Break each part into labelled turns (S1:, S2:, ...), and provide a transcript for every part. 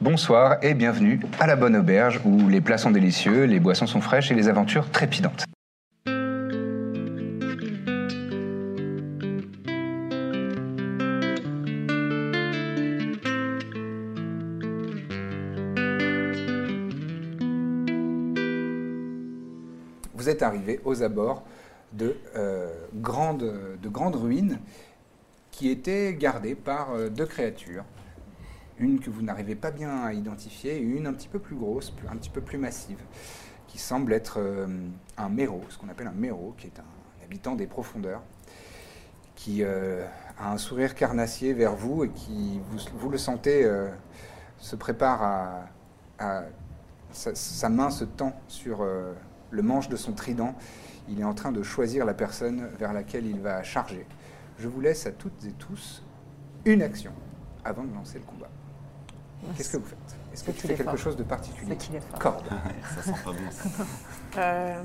S1: Bonsoir et bienvenue à la Bonne Auberge où les plats sont délicieux, les boissons sont fraîches et les aventures trépidantes. Vous êtes arrivé aux abords de, euh, grandes, de grandes ruines qui étaient gardées par euh, deux créatures. Une que vous n'arrivez pas bien à identifier et une un petit peu plus grosse, plus- un petit peu plus massive, qui semble être euh, un méro, ce qu'on appelle un méro, qui est un, habitant des profondeurs, qui euh, a un sourire carnassier vers vous et qui, vous, vous le sentez, euh, se prépare à, à- sa, sa main se tend sur euh, le manche de son trident. Il est en train de choisir la personne vers laquelle il va charger. Je vous laisse à toutes et tous une action avant de lancer le combat. Qu'est-ce que vous faites Est-ce que tu
S2: C'est qu'il
S1: fais
S2: est
S1: quelque
S2: fort.
S1: chose de particulier
S2: C'est qu'il est fort.
S1: Corde.
S3: Ça sent pas bon. ça.
S4: Euh,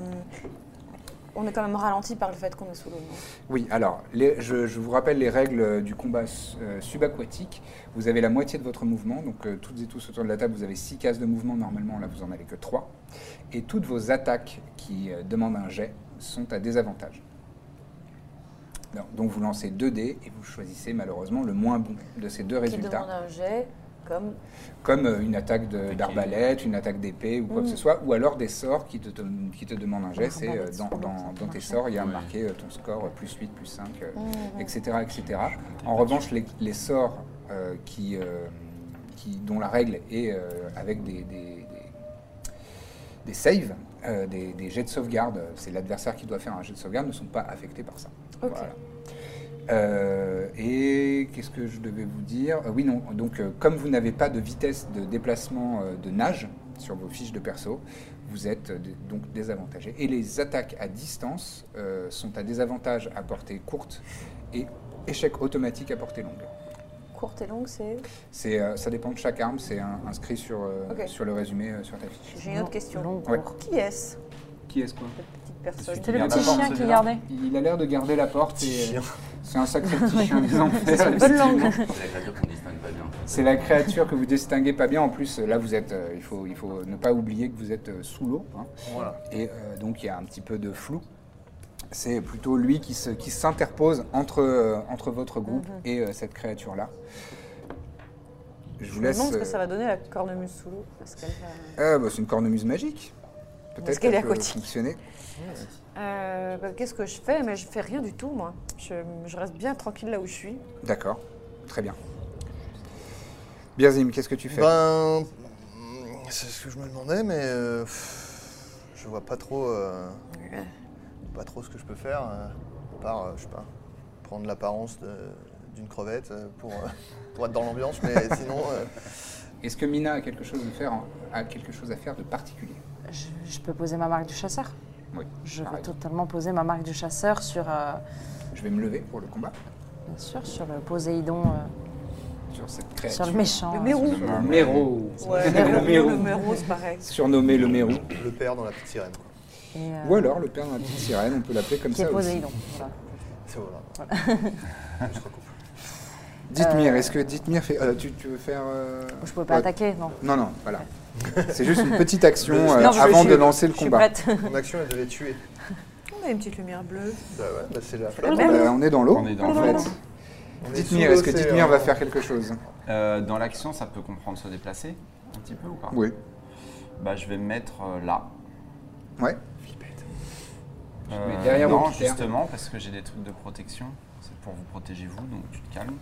S4: on est quand même ralenti par le fait qu'on est sous l'eau. non
S1: Oui, alors, les- je, je vous rappelle les règles euh, du combat s- euh, subaquatique. Vous avez la moitié de votre mouvement, donc euh, toutes et tous autour de la table, vous avez six cases de mouvement, normalement là vous en avez que trois. Et toutes vos attaques qui euh, demandent un jet sont à désavantage. Alors, donc vous lancez deux dés et vous choisissez malheureusement le moins bon de ces deux
S4: Qui
S1: résultats.
S4: demande un jet, comme
S1: Comme euh, une attaque de-
S3: Ok.
S1: d'arbalète, une attaque d'épée ou quoi que ce soit, ou alors des sorts qui te, te- qui te demandent un jet. C'est euh,
S2: Arbalète,
S1: dans,
S2: c'est
S1: dans-
S2: bon, ça peut
S1: dans tes
S2: marcher.
S1: sorts, il y a
S3: Ouais.
S1: marqué euh, ton score euh, plus 8, plus 5. euh,
S4: Mhm.
S1: etc. etc. En revanche, les, les sorts euh, qui, euh, qui- dont la règle est euh, avec des, des- des- des saves, euh, des, des jets de sauvegarde, c'est l'adversaire qui doit faire un jet de sauvegarde, ne sont pas affectés par ça.
S4: Ok.
S1: Euh, et qu'est-ce que je devais vous dire Euh, Oui, non. Donc, euh, comme vous n'avez pas de vitesse de déplacement euh, de nage sur vos fiches de perso, vous êtes euh, dé- donc désavantagé. Et les attaques à distance euh, sont à désavantage à portée courte et échec automatique à portée longue.
S4: courte et longue, c'est.
S1: C'est, euh, ça dépend de chaque arme, c'est un- inscrit sur, euh,
S4: Ok.
S1: sur le résumé euh, sur ta fiche.
S4: J'ai une autre question.
S1: Ouais.
S4: Qui est-ce,
S1: Qui est-ce quoi
S4: cette petite personne
S2: C'est le
S1: Il y a
S2: petit
S1: pas
S2: chien
S3: pensé,
S2: qui
S3: là.
S2: gardait.
S1: Il a l'air de garder la porte.
S3: Petit
S1: et, euh,
S3: chien.
S1: C'est un sacré petit chien des enfers,
S2: une bonne langue.
S1: effectivement.
S3: La créature qu'on distingue pas bien. en fait.
S1: C'est la créature que vous distinguez pas bien. En plus, là, vous êtes. euh, il, faut, il faut ne pas oublier que vous êtes euh, sous l'eau. hein.
S3: Voilà.
S1: Et euh, donc, il y a un petit peu de flou. C'est plutôt lui qui se- qui s'interpose entre, euh, entre votre
S4: Mhm.
S1: groupe et euh, cette créature-là. Je vous
S4: Je me
S1: laisse.
S4: demande ce que
S1: euh,
S4: ça va donner la cornemuse sous l'eau. Parce qu'elle va.
S1: ah, bah, c'est une cornemuse magique.
S4: Est-ce
S1: Peut-être
S4: qu'elle
S1: qu'elle
S4: est
S1: peut
S4: aquatique
S1: fonctionner.
S4: Euh, bah, Qu'est-ce que je fais Mais je fais rien du tout, moi. Je, je reste bien tranquille là où je suis.
S1: D'accord. Très bien. Birzim, qu'est-ce que tu fais
S5: Ben, c'est ce que je me demandais, mais euh, pff, je vois pas trop, euh, pas trop ce que je peux faire, euh, à part, euh, je sais pas, prendre l'apparence de- d'une crevette euh, pour, euh, pour être dans l'ambiance, mais sinon, euh,
S1: Est-ce que Mina a quelque chose, de faire, en- a quelque chose à faire de particulier
S2: Je, je peux poser ma marque du chasseur.
S1: Ah Oui.
S2: Je
S1: pareil.
S2: vais totalement poser ma marque du chasseur sur, euh,
S1: Je vais me lever pour le combat.
S2: bien sûr, sur le Poséidon, euh,
S1: Sur cette créature.
S2: sur le méchant.
S4: Le
S2: euh,
S4: mérou.
S2: sur-
S1: Le Mérou.
S4: Ouais,
S1: Le mérou.
S4: le mérou, c'est pareil.
S1: Surnommé le Mérou.
S5: le père dans la petite sirène. quoi.
S2: et, euh,
S1: Ou alors le père d'un petite sirène, on peut l'appeler comme ça
S2: Qui est
S1: aussi.
S2: Poséidon. voilà.
S5: C'est voilà. Je recoupe.
S1: Dithmir, est-ce que Dithmir fait. euh, tu, tu veux faire. euh,
S2: Je pouvais pas
S1: ouais.
S2: attaquer, non.
S1: Non, non, voilà. C'est juste une petite action euh,
S2: Non, je-
S1: avant
S2: je-
S1: de lancer le
S2: Je suis
S1: combat.
S2: prête.
S5: Mon action, elle devait tuer.
S4: On a une petite lumière bleue.
S5: Bah ouais, bah c'est la
S1: Bon,
S5: flamme.
S1: bah, on est dans l'eau,
S3: On est dans
S1: en
S3: l'eau.
S1: fait.
S5: On est
S1: Dithmir,
S5: sous
S1: est-ce que
S5: l'océan.
S1: Dithmir va faire quelque chose
S3: Euh, dans l'action, ça peut comprendre se déplacer un petit peu ou pas
S1: Oui.
S3: Bah, je vais me mettre euh, là.
S1: Ouais.
S3: Euh,
S1: derrière mon
S3: non,
S1: critère.
S3: justement, parce que j'ai des trucs de protection. C'est pour vous protéger vous, donc tu te calmes.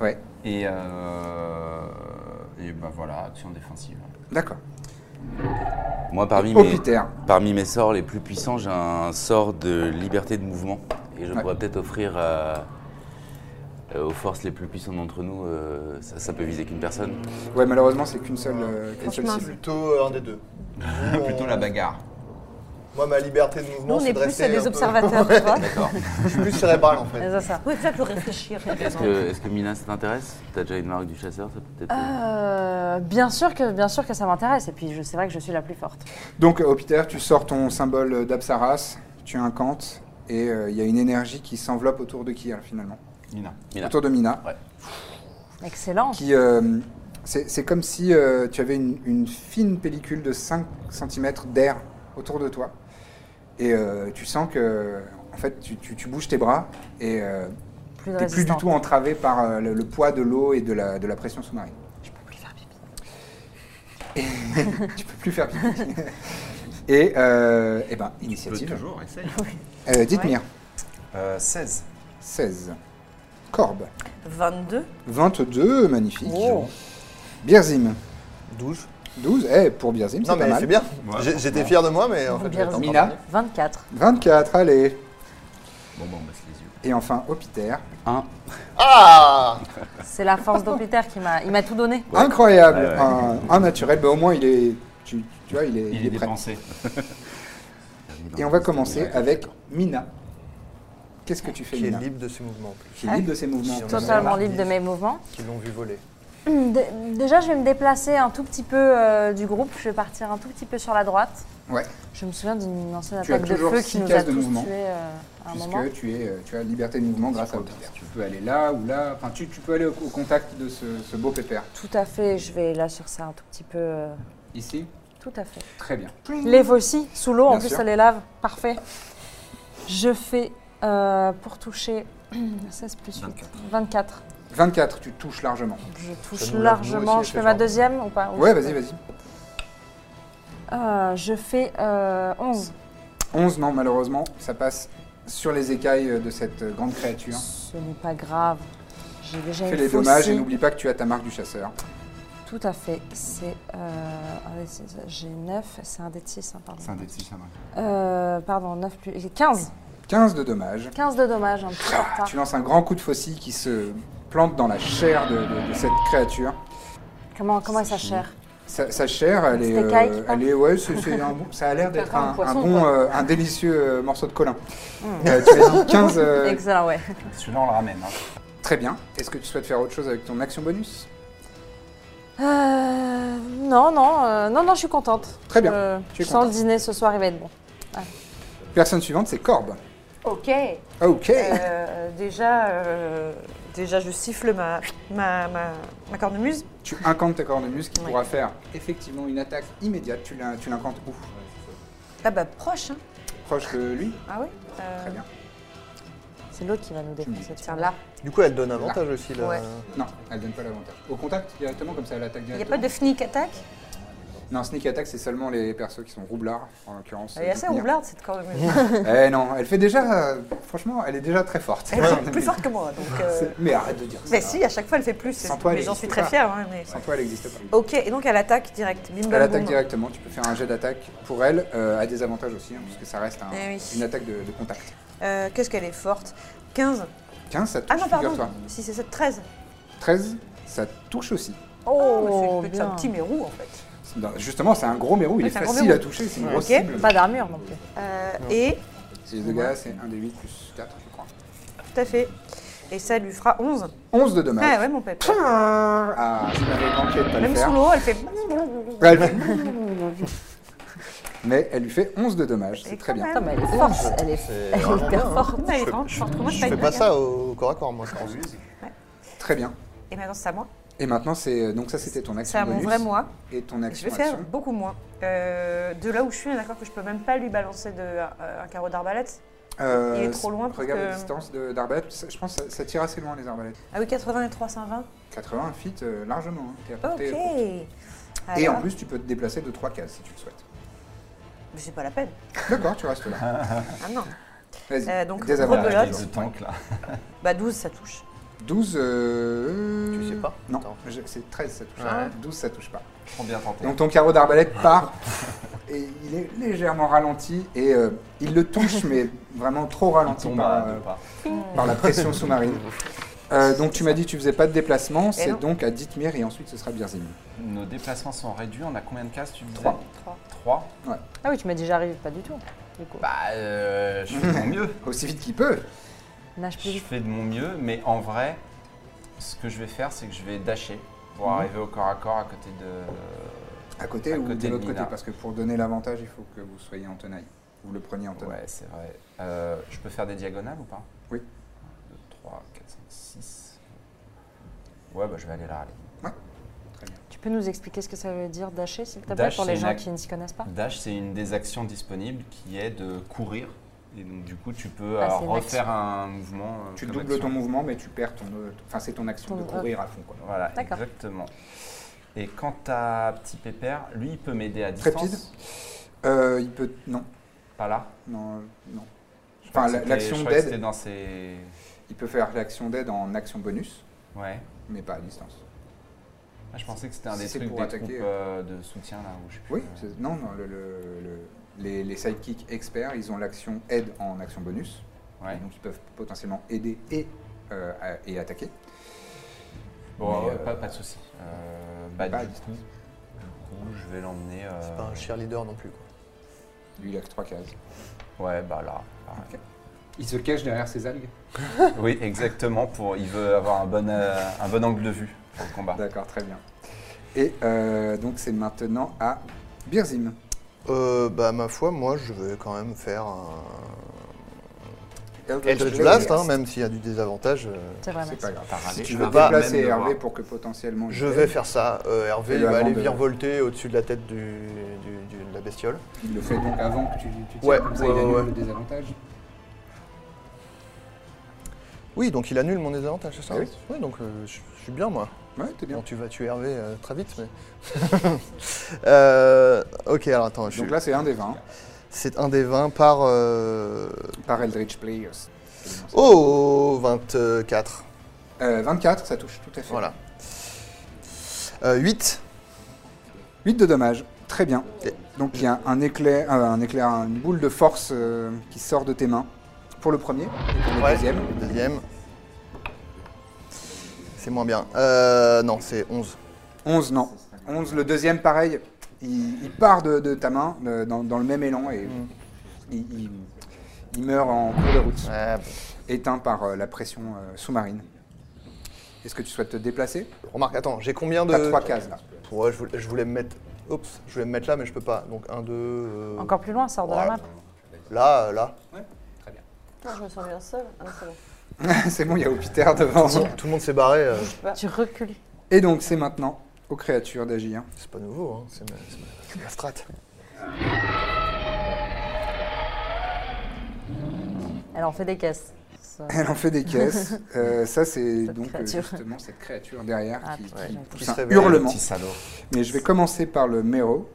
S1: Ouais.
S3: Et, euh, et bah voilà, action défensive.
S1: D'accord.
S6: Moi, parmi mes,
S1: Hopiter.
S6: parmi mes sorts les plus puissants, j'ai un sort de liberté de mouvement. Et je
S1: Ouais.
S6: pourrais peut-être offrir à, euh, aux forces les plus puissantes d'entre nous, euh, ça, ça peut viser qu'une personne.
S1: Ouais, malheureusement, c'est qu'une seule, euh, qu'une seule
S4: Franchement,
S1: cible.
S5: Plutôt euh, un des deux. Nous, on-
S3: Plutôt la bagarre.
S5: Moi, ma liberté de
S4: Nous,
S5: mouvement,
S4: on
S5: c'est
S4: est
S5: de
S4: plus
S5: rester.
S4: à
S5: un
S4: des
S5: peu-
S4: observateurs, tu vois.
S6: D'accord.
S5: Je suis plus cérébral en fait.
S2: C'est ça.
S4: Oui, ça peut réfléchir.
S6: Est-ce que, est-ce que Mina, ça t'intéresse T'as déjà une marque du chasseur, ça peut être.
S2: Euh, bien sûr que, bien sûr que ça m'intéresse. Et puis, je- c'est vrai que je suis la plus forte.
S1: Donc, euh, Hopiter, tu sors ton symbole d'Apsaras, tu incantes, et euh, il y a une énergie qui s'enveloppe autour de qui, alors, finalement
S3: Nina.
S6: Mina.
S1: Autour de Mina.
S2: Excellent.
S1: Qui, euh, c'est c'est comme si euh, tu avais une, une fine pellicule de 5 cm d'air autour de toi. Et euh, tu sens que, en fait, tu, tu- tu bouges tes bras et euh,
S2: Plus
S1: T'es plus du
S2: résistante.
S1: tout entravé par euh, le, le poids de l'eau et de la, de la pression sous-marine. Je peux plus faire pipi. tu peux plus faire pipi. et, euh, eh ben, initiative.
S3: toujours, essaye.
S1: Euh, Dites-moi,
S3: Euh, 16.
S1: 16. Corbe.
S4: 22.
S1: 22, magnifique.
S4: Oh.
S1: Birzim.
S5: 12.
S1: 12. Eh, pour Birzim, c'est
S5: Non,
S1: pas
S5: mais c'est
S1: mal.
S5: bien. J'ai- J'étais fier de moi, mais en fait,
S2: Bien.
S5: j'étais encore
S1: Mina.
S5: mieux.
S2: 24.
S1: 24, allez.
S3: Bon, bah, on baisse les yeux.
S1: Et enfin, Hopiter.
S6: Un.
S5: Ah
S2: C'est la force d'Opiter qui m'a, il m'a tout donné.
S1: Incroyable.
S6: Ouais, ouais.
S1: Un, un naturel. Ben, au moins, il est. Tu, tu vois, il est,
S3: Il,
S1: il
S3: est
S1: est prêt.
S3: dépensé.
S1: Et on va commencer avec Mina. Qu'est-ce que tu fais,
S5: Qui est
S1: Mina
S5: libre de ses mouvements en plus.
S1: Qui est libre de ses mouvements.
S5: Sur
S2: Totalement
S5: Voilà.
S2: libre de mes mouvements.
S5: Qui l'ont vu voler.
S2: Dé- Déjà, je vais me déplacer un tout petit peu euh, du groupe. Je vais partir un tout petit peu sur la droite.
S1: Ouais.
S2: Je me souviens d'une ancienne
S1: Tu as
S2: attaque de
S1: toujours
S2: feu
S1: six
S2: qui nous a
S1: cases
S2: tous
S1: de mouvement.
S2: tués euh, à un moment.
S1: puisque tu, es, euh, tu as liberté de mouvement grâce à Hopiter. Tu peux aller là ou là, enfin tu, tu peux aller au, au contact de ce, ce beau pépère.
S2: Tout à fait. Je vais là sur ça un tout petit peu. euh,
S1: Ici,
S2: Tout à fait.
S1: très bien.
S2: Lève aussi, sous l'eau, en
S1: Bien
S2: plus
S1: sûr.
S2: elle les lave. Parfait. Je fais euh, pour toucher 16 plus 8.
S3: 24.
S2: 24.
S1: 24, tu touches largement.
S5: Ça
S2: Je touche
S5: nous lave, nous
S2: largement.
S5: aussi,
S2: je
S5: elle
S2: fais
S5: fait
S2: ma
S5: genre.
S2: deuxième ou pas
S1: Ouais, vas-y, vas-y.
S2: Euh, je fais euh, 11.
S1: 11, non, malheureusement, ça passe sur les écailles de cette euh, grande créature.
S2: Ce n'est pas grave. J'ai déjà
S1: Fais
S2: une
S1: les
S2: faucille.
S1: dommages et n'oublie pas que tu as ta marque du chasseur.
S2: Tout à fait. C'est euh, un des six. J'ai 9. C'est un des 6, pardon.
S3: C'est un des petits chamarins.
S2: Euh, pardon, 9 plus. j'ai 15.
S1: 15 de dommages.
S2: 15 de dommages, un petit peu en retard.
S1: Tu lances un grand coup de faucille qui se plante dans la chair de, de- de cette créature.
S2: Comment, comment est sa chair
S1: Sa, sa chair, elle est, euh,
S2: Cette écaille qui part.
S1: elle est, ouais, c'est- c'est un bon- ça a l'air d'être
S4: Un
S1: un,
S4: poisson,
S1: un bon,
S4: quoi.
S1: euh, un délicieux euh, morceau de colin.
S4: Mm.
S1: Euh, tu as dit 15, euh,
S2: Excellent, ouais.
S3: Celui-là, on le ramène. hein.
S1: Très bien. Est-ce que tu souhaites faire autre chose avec ton action bonus
S2: Euh, non, non, euh, non, non, je suis contente.
S1: Très bien,
S2: Je-
S1: tu es
S2: je sens le
S1: contente.
S2: dîner ce soir, il va être bon.
S1: Personne suivante, c'est Corbe.
S4: Ok.
S1: Ok.
S4: Euh, déjà, euh, déjà, je siffle ma, ma, ma, ma cornemuse.
S1: Tu incantes ta cornemuse qui
S4: Ouais.
S1: pourra faire effectivement une attaque immédiate. Tu l'in- tu l'incantes où
S4: Ah bah, proche, hein.
S1: Proche de lui
S4: Ah oui Euh,
S1: Très bien.
S2: C'est l'autre qui va nous défoncer.
S4: Tiens, là.
S5: Du coup, elle donne avantage aussi. Là.
S4: Ouais.
S1: Non, elle donne pas l'avantage. Au contact directement, comme ça elle attaque
S4: Il n'y a
S1: directement.
S4: pas de sneak attack
S1: Non, sneak attack, c'est seulement les persos qui sont roublards, en l'occurrence.
S4: Elle est assez
S1: Dithmir.
S4: roublarde, cette cornemuse.
S1: Eh non, elle fait déjà. euh, franchement, elle est déjà très forte.
S4: Elle est plus forte que moi, donc... euh,
S1: C'est- Mais arrête de dire ça.
S4: Mais si, à chaque fois, elle fait plus.
S1: Sans toi, elle
S4: mais j'en suis
S1: existe
S4: très
S1: pas.
S4: fière. hein, mais-
S1: Sans toi, elle n'existe pas.
S4: Ok, et donc elle attaque direct. Bim, bam,
S1: Elle attaque
S4: boum.
S1: directement, tu peux faire un jet d'attaque pour elle, euh, à des avantages aussi, hein, puisque ça reste un-
S4: Eh oui.
S1: une attaque de, de contact.
S4: Euh, Qu'est-ce qu'elle est forte 15.
S1: 15, ça touche,
S4: Ah non, pardon.
S1: figure-toi.
S4: Si c'est cette 13.
S1: 13, ça touche aussi.
S4: Oh, c'est
S2: bien.
S4: un petit mérou en fait.
S1: Non, Justement, c'est un gros mérou, il
S4: Ouais,
S1: est
S4: Ah, c'est un gros
S1: facile à
S4: mérou.
S1: toucher, c'est une grosse
S4: Ok. bah,
S1: cible.
S2: Pas d'armure non plus.
S4: Euh, et,
S1: 6 de gaz, c'est 1 des 8 plus 4, je crois.
S4: tout à fait. Et ça lui fera 11.
S1: 11 de
S4: Ah
S1: dommage.
S4: ouais, mon pépé.
S1: Ah, ça m'avait manqué de pas le
S4: Même sous
S1: faire.
S4: l'eau, elle fait.
S1: Elle fait- Mais elle lui fait 11 de dommages, c'est
S4: Et
S1: très
S4: quand
S1: bien.
S4: même.
S2: Putain, mais elle est forte, elle est,
S5: C'est
S2: elle est
S5: vraiment bien,
S2: hyper
S5: hein.
S2: forte.
S4: Elle est
S5: Je
S4: grande,
S5: fais-
S4: forte. Comment je
S5: Je
S4: fais
S5: fais pas ça au corps à corps, moi, je pense.
S1: Très bien.
S4: Et maintenant, c'est à moi.
S1: Et maintenant, c'est euh, donc ça, c'était ton
S4: C'est
S1: action
S4: à mon
S1: bonus.
S4: vrai moi.
S1: Et ton
S4: Je
S1: action
S4: vais faire
S1: action.
S4: beaucoup moins. Euh, de là où je suis, on est d'accord que je peux même pas lui balancer de, euh, un carreau d'arbalète.
S1: Euh,
S4: Il est trop loin pour
S1: Regarde
S4: que-
S1: la distance de- d'arbalète, ça- je pense que ça, ça tire assez loin les arbalètes.
S4: Ah oui, 80 et 320.
S1: 80 feet euh, largement, hein. T'es à
S4: Ok.
S1: portée, euh, Et en
S4: Alors,
S1: plus, tu peux te déplacer de 3 cases si tu le souhaites.
S4: mais C'est pas la peine.
S1: D'accord, tu restes là.
S4: Ah non.
S1: Vas-y.
S4: Euh, donc,
S1: des
S3: Voilà,
S1: avantages.
S4: rebelote.
S3: avec le tank, là.
S4: Bah 12, ça touche.
S1: 12. euh,
S5: Tu sais pas
S1: Non,
S5: Attends.
S1: je- c'est 13, ça touche.
S5: Ouais.
S1: pas. 12, ça touche pas.
S3: Trop bien tenté.
S1: Donc ton carreau d'arbalète part et il est légèrement ralenti et euh, il le touche, mais vraiment trop
S3: il
S1: ralenti
S3: tombe
S1: par,
S3: à
S1: euh,
S3: deux pas.
S1: par la pression sous-marine. Euh, donc tu m'as dit que tu faisais pas de déplacement,
S4: non.
S1: c'est donc à Dithmir et ensuite ce sera Birzim.
S3: Nos déplacements sont réduits. On a combien de cases tu disais
S1: Trois.
S4: Trois.
S3: 3
S7: Ah oui, tu m'as dit j'arrive pas du tout. Du coup,
S3: Bah, euh, je fais de mon mieux.
S1: Aussi vite qu'il peut.
S7: nage plus
S3: Je
S7: vite.
S3: fais de mon mieux, mais en vrai, ce que je vais faire, c'est que je vais dasher pour
S1: Mhm.
S3: arriver au corps à corps à côté de.
S1: À côté
S3: À
S1: ou
S3: côté
S1: de
S3: de
S1: l'autre côté
S3: Nina.
S1: Parce que pour donner l'avantage, il faut que vous soyez en tenaille. Vous le preniez en tenaille.
S3: Ouais, c'est vrai. Euh, je peux faire des diagonales ou pas
S1: Oui.
S3: 2, 3, 4, 5, 6. Ouais, bah je vais aller là. allez.
S7: Tu peux nous expliquer ce que ça veut dire dasher, s'il te plaît,
S3: Dash,
S7: pour les
S3: c'est
S7: gens
S3: une ac-
S7: qui ne s'y connaissent pas
S3: Dash, c'est une des actions disponibles qui est de courir. Et donc, du coup, tu peux
S7: Ah,
S3: euh,
S7: c'est une
S3: refaire un mouvement. euh,
S1: Tu
S3: comme
S1: doubles
S3: action.
S1: ton mouvement, mais tu perds ton. euh, Enfin, c'est ton action
S7: Ton-
S1: de courir à fond. Quoi.
S3: Voilà,
S7: D'accord.
S3: exactement. Et quant à petit pépère, lui, il peut m'aider à distance.
S1: Trépide Euh, il peut. Non,
S3: Pas là.
S1: non, euh, non.
S3: Je
S1: Enfin,
S3: crois que
S1: la-
S3: c'était-
S1: l'action
S3: je crois que
S1: d'aide.
S3: C'était dans ses.
S1: Il peut faire l'action d'aide en action bonus,
S3: Ouais.
S1: mais pas à distance.
S3: Ah, je pensais que c'était un des
S1: C'est
S3: trucs
S1: pour
S3: des
S1: attaquer,
S3: troupes,
S1: euh.
S3: euh, de soutien là où je sais plus,
S1: Oui,
S3: euh,
S1: c'est- non, non, le- le- le- les, les sidekicks experts, ils ont l'action aide en action bonus.
S3: ouais.
S1: Donc, ils peuvent potentiellement aider et, euh, à- et attaquer.
S3: Bon,
S1: Mais,
S3: ouais,
S1: euh,
S3: pas, pas de souci. Euh, bah,
S1: pas à
S3: du, coup,
S1: distance.
S3: du coup, je vais l'emmener. euh,
S5: C'est pas un cheerleader non plus. Quoi.
S1: Lui, il a que trois cases.
S3: Ouais, bah là. pareil.
S1: Il se cache derrière ses algues.
S3: oui, exactement. Pour, il veut avoir un bon, euh, un bon angle de vue pour le combat.
S1: D'accord, très bien. Et euh, donc, c'est maintenant à Birzim.
S5: Euh, bah, ma foi, moi, je vais quand même faire un.
S1: Eldritch
S5: Eldritch Blast, hein, même s'il y a du désavantage. euh,
S7: C'est vrai,
S1: C'est
S7: Max.
S1: pas grave.
S5: Si tu
S1: Je
S5: veux
S1: vais
S5: pas.
S1: déplacer
S3: même le
S1: Hervé
S3: voir.
S1: pour que potentiellement. il
S5: Je
S1: t'aide.
S5: vais faire ça. Euh,
S1: Et
S5: Hervé, il
S1: le
S5: va
S1: avant
S5: aller
S1: de-
S5: virevolter au-dessus de la tête du, du- du- de la bestiole.
S1: Il le fait donc avant que tu, tu tires,
S5: Ouais,
S1: comme ça
S5: ouais,
S1: il annule
S5: ouais.
S1: le désavantage.
S5: Oui, donc il annule mon désavantage, c'est ça
S1: Ah oui.
S5: Oui, donc euh, je je suis bien, moi.
S1: Ouais, t'es bien.
S5: Bon, tu vas tuer Hervé euh, très vite, mais. Euh, ok, alors attends, je
S1: Donc
S5: suis-
S1: là, c'est un des 20
S5: c'est un des 20 par. euh,
S1: par Eldritch Players.
S5: Oh 24.
S1: Euh, 24, ça touche tout à fait.
S5: Voilà. Euh, 8.
S1: 8 de dommages, très bien.
S5: Et-
S1: Donc il y a un éclair, euh, un éclair, une boule de force euh, qui sort de tes mains pour le premier et pour le
S5: Ouais.
S1: deuxième.
S5: Deuxième. C'est moins bien. Euh, non, c'est 11.
S1: 11, non. 11, le deuxième, pareil, il, il part de, de ta main euh, dans, dans le même élan et
S5: Mm.
S1: il, il- il meurt en cours de route,
S5: Ouais,
S1: éteint par euh, la pression euh, sous-marine. Est-ce que tu souhaites te déplacer
S5: bon. Remarque, attends, j'ai combien de.
S1: T'as trois cases là.
S5: Ouais, je voulais, je voulais me mettre. Oups, je voulais me mettre là, mais je peux pas. Donc 1, 2.
S7: Encore plus loin, sors de la
S5: Ouais.
S7: map.
S5: Là, euh, là.
S4: Putain, je me sens bien seule. Ah, non, c'est bon.
S1: c'est bon, il y a Hopiter devant.
S5: Tout le monde s'est barré. euh,
S7: Tu recules.
S1: Et donc c'est maintenant aux créatures d'agir.
S5: c'est pas nouveau, hein. c'est ma, c'est ma- c'est ma strat.
S7: Alors on fait des caisses. Ça-
S1: Elle en fait des caisses. Euh, ça, c'est
S7: Cette
S1: donc euh,
S7: créature.
S1: justement cette créature derrière
S7: Ah,
S1: qui, qui
S7: putain, j'avais
S1: pousse
S5: Qui se
S1: un
S5: réveille, euh,
S1: hurlement.
S3: Petit salaud.
S1: Mais je vais commencer par le Mero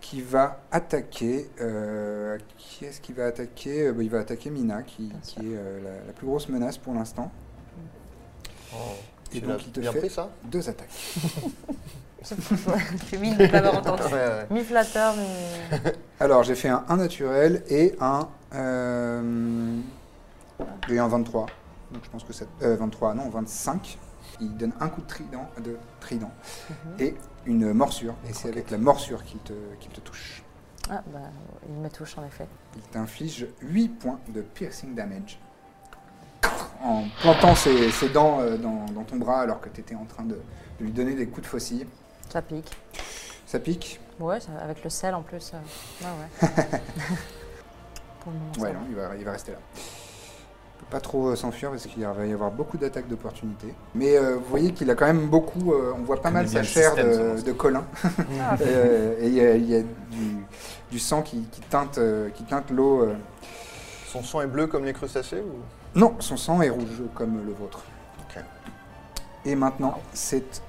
S1: qui va attaquer. euh, qui est-ce qui va attaquer Euh, bah, Il va attaquer Mina, qui, qui est euh, la, la plus grosse menace pour l'instant. Et
S5: Tu
S1: donc,
S5: l'as
S1: il te
S5: Oh. bien
S1: fait
S5: pris ça
S1: deux attaques.
S7: J'ai mis de ne pas l'avoir entendu.
S5: Ouais, ouais.
S7: Mi-flatteur, mi...
S1: Alors, j'ai fait un 1 naturel et un. euh, et un 23. Donc, je pense que c'est. euh, 23, non, 25. Il donne un coup de trident, de trident et une morsure. Et c'est avec la morsure qu'il te, qu'il te touche.
S7: Ah bah, il me touche en effet.
S1: Il t'inflige 8 points de piercing damage. En plantant ses, ses dents euh, dans, dans ton bras alors que tu étais en train de, de lui donner des coups de faucille.
S7: Ça pique.
S1: Ça pique
S7: Ouais, ça- avec le sel en plus. euh, Ouais, ouais. Pour le moment, ça
S1: Ouais,
S7: va.
S1: non, il va, il va rester là. Il peut pas trop euh, s'enfuir parce qu'il va y avoir beaucoup d'attaques d'opportunité. Mais euh, vous voyez qu'il a quand même beaucoup. euh, on voit pas
S3: Il
S1: mal
S3: connaît
S1: sa
S3: bien
S1: chair
S3: le système, Ah. ce
S1: de,
S3: monstre.
S1: de Colin. Euh, et il y a, il y a du, du sang qui, qui teinte, euh, qui teinte l'eau. euh.
S5: Son sang est bleu comme les crustacés ou
S1: Non, son sang est rouge comme le vôtre.
S5: Ok.
S1: Et maintenant, c'est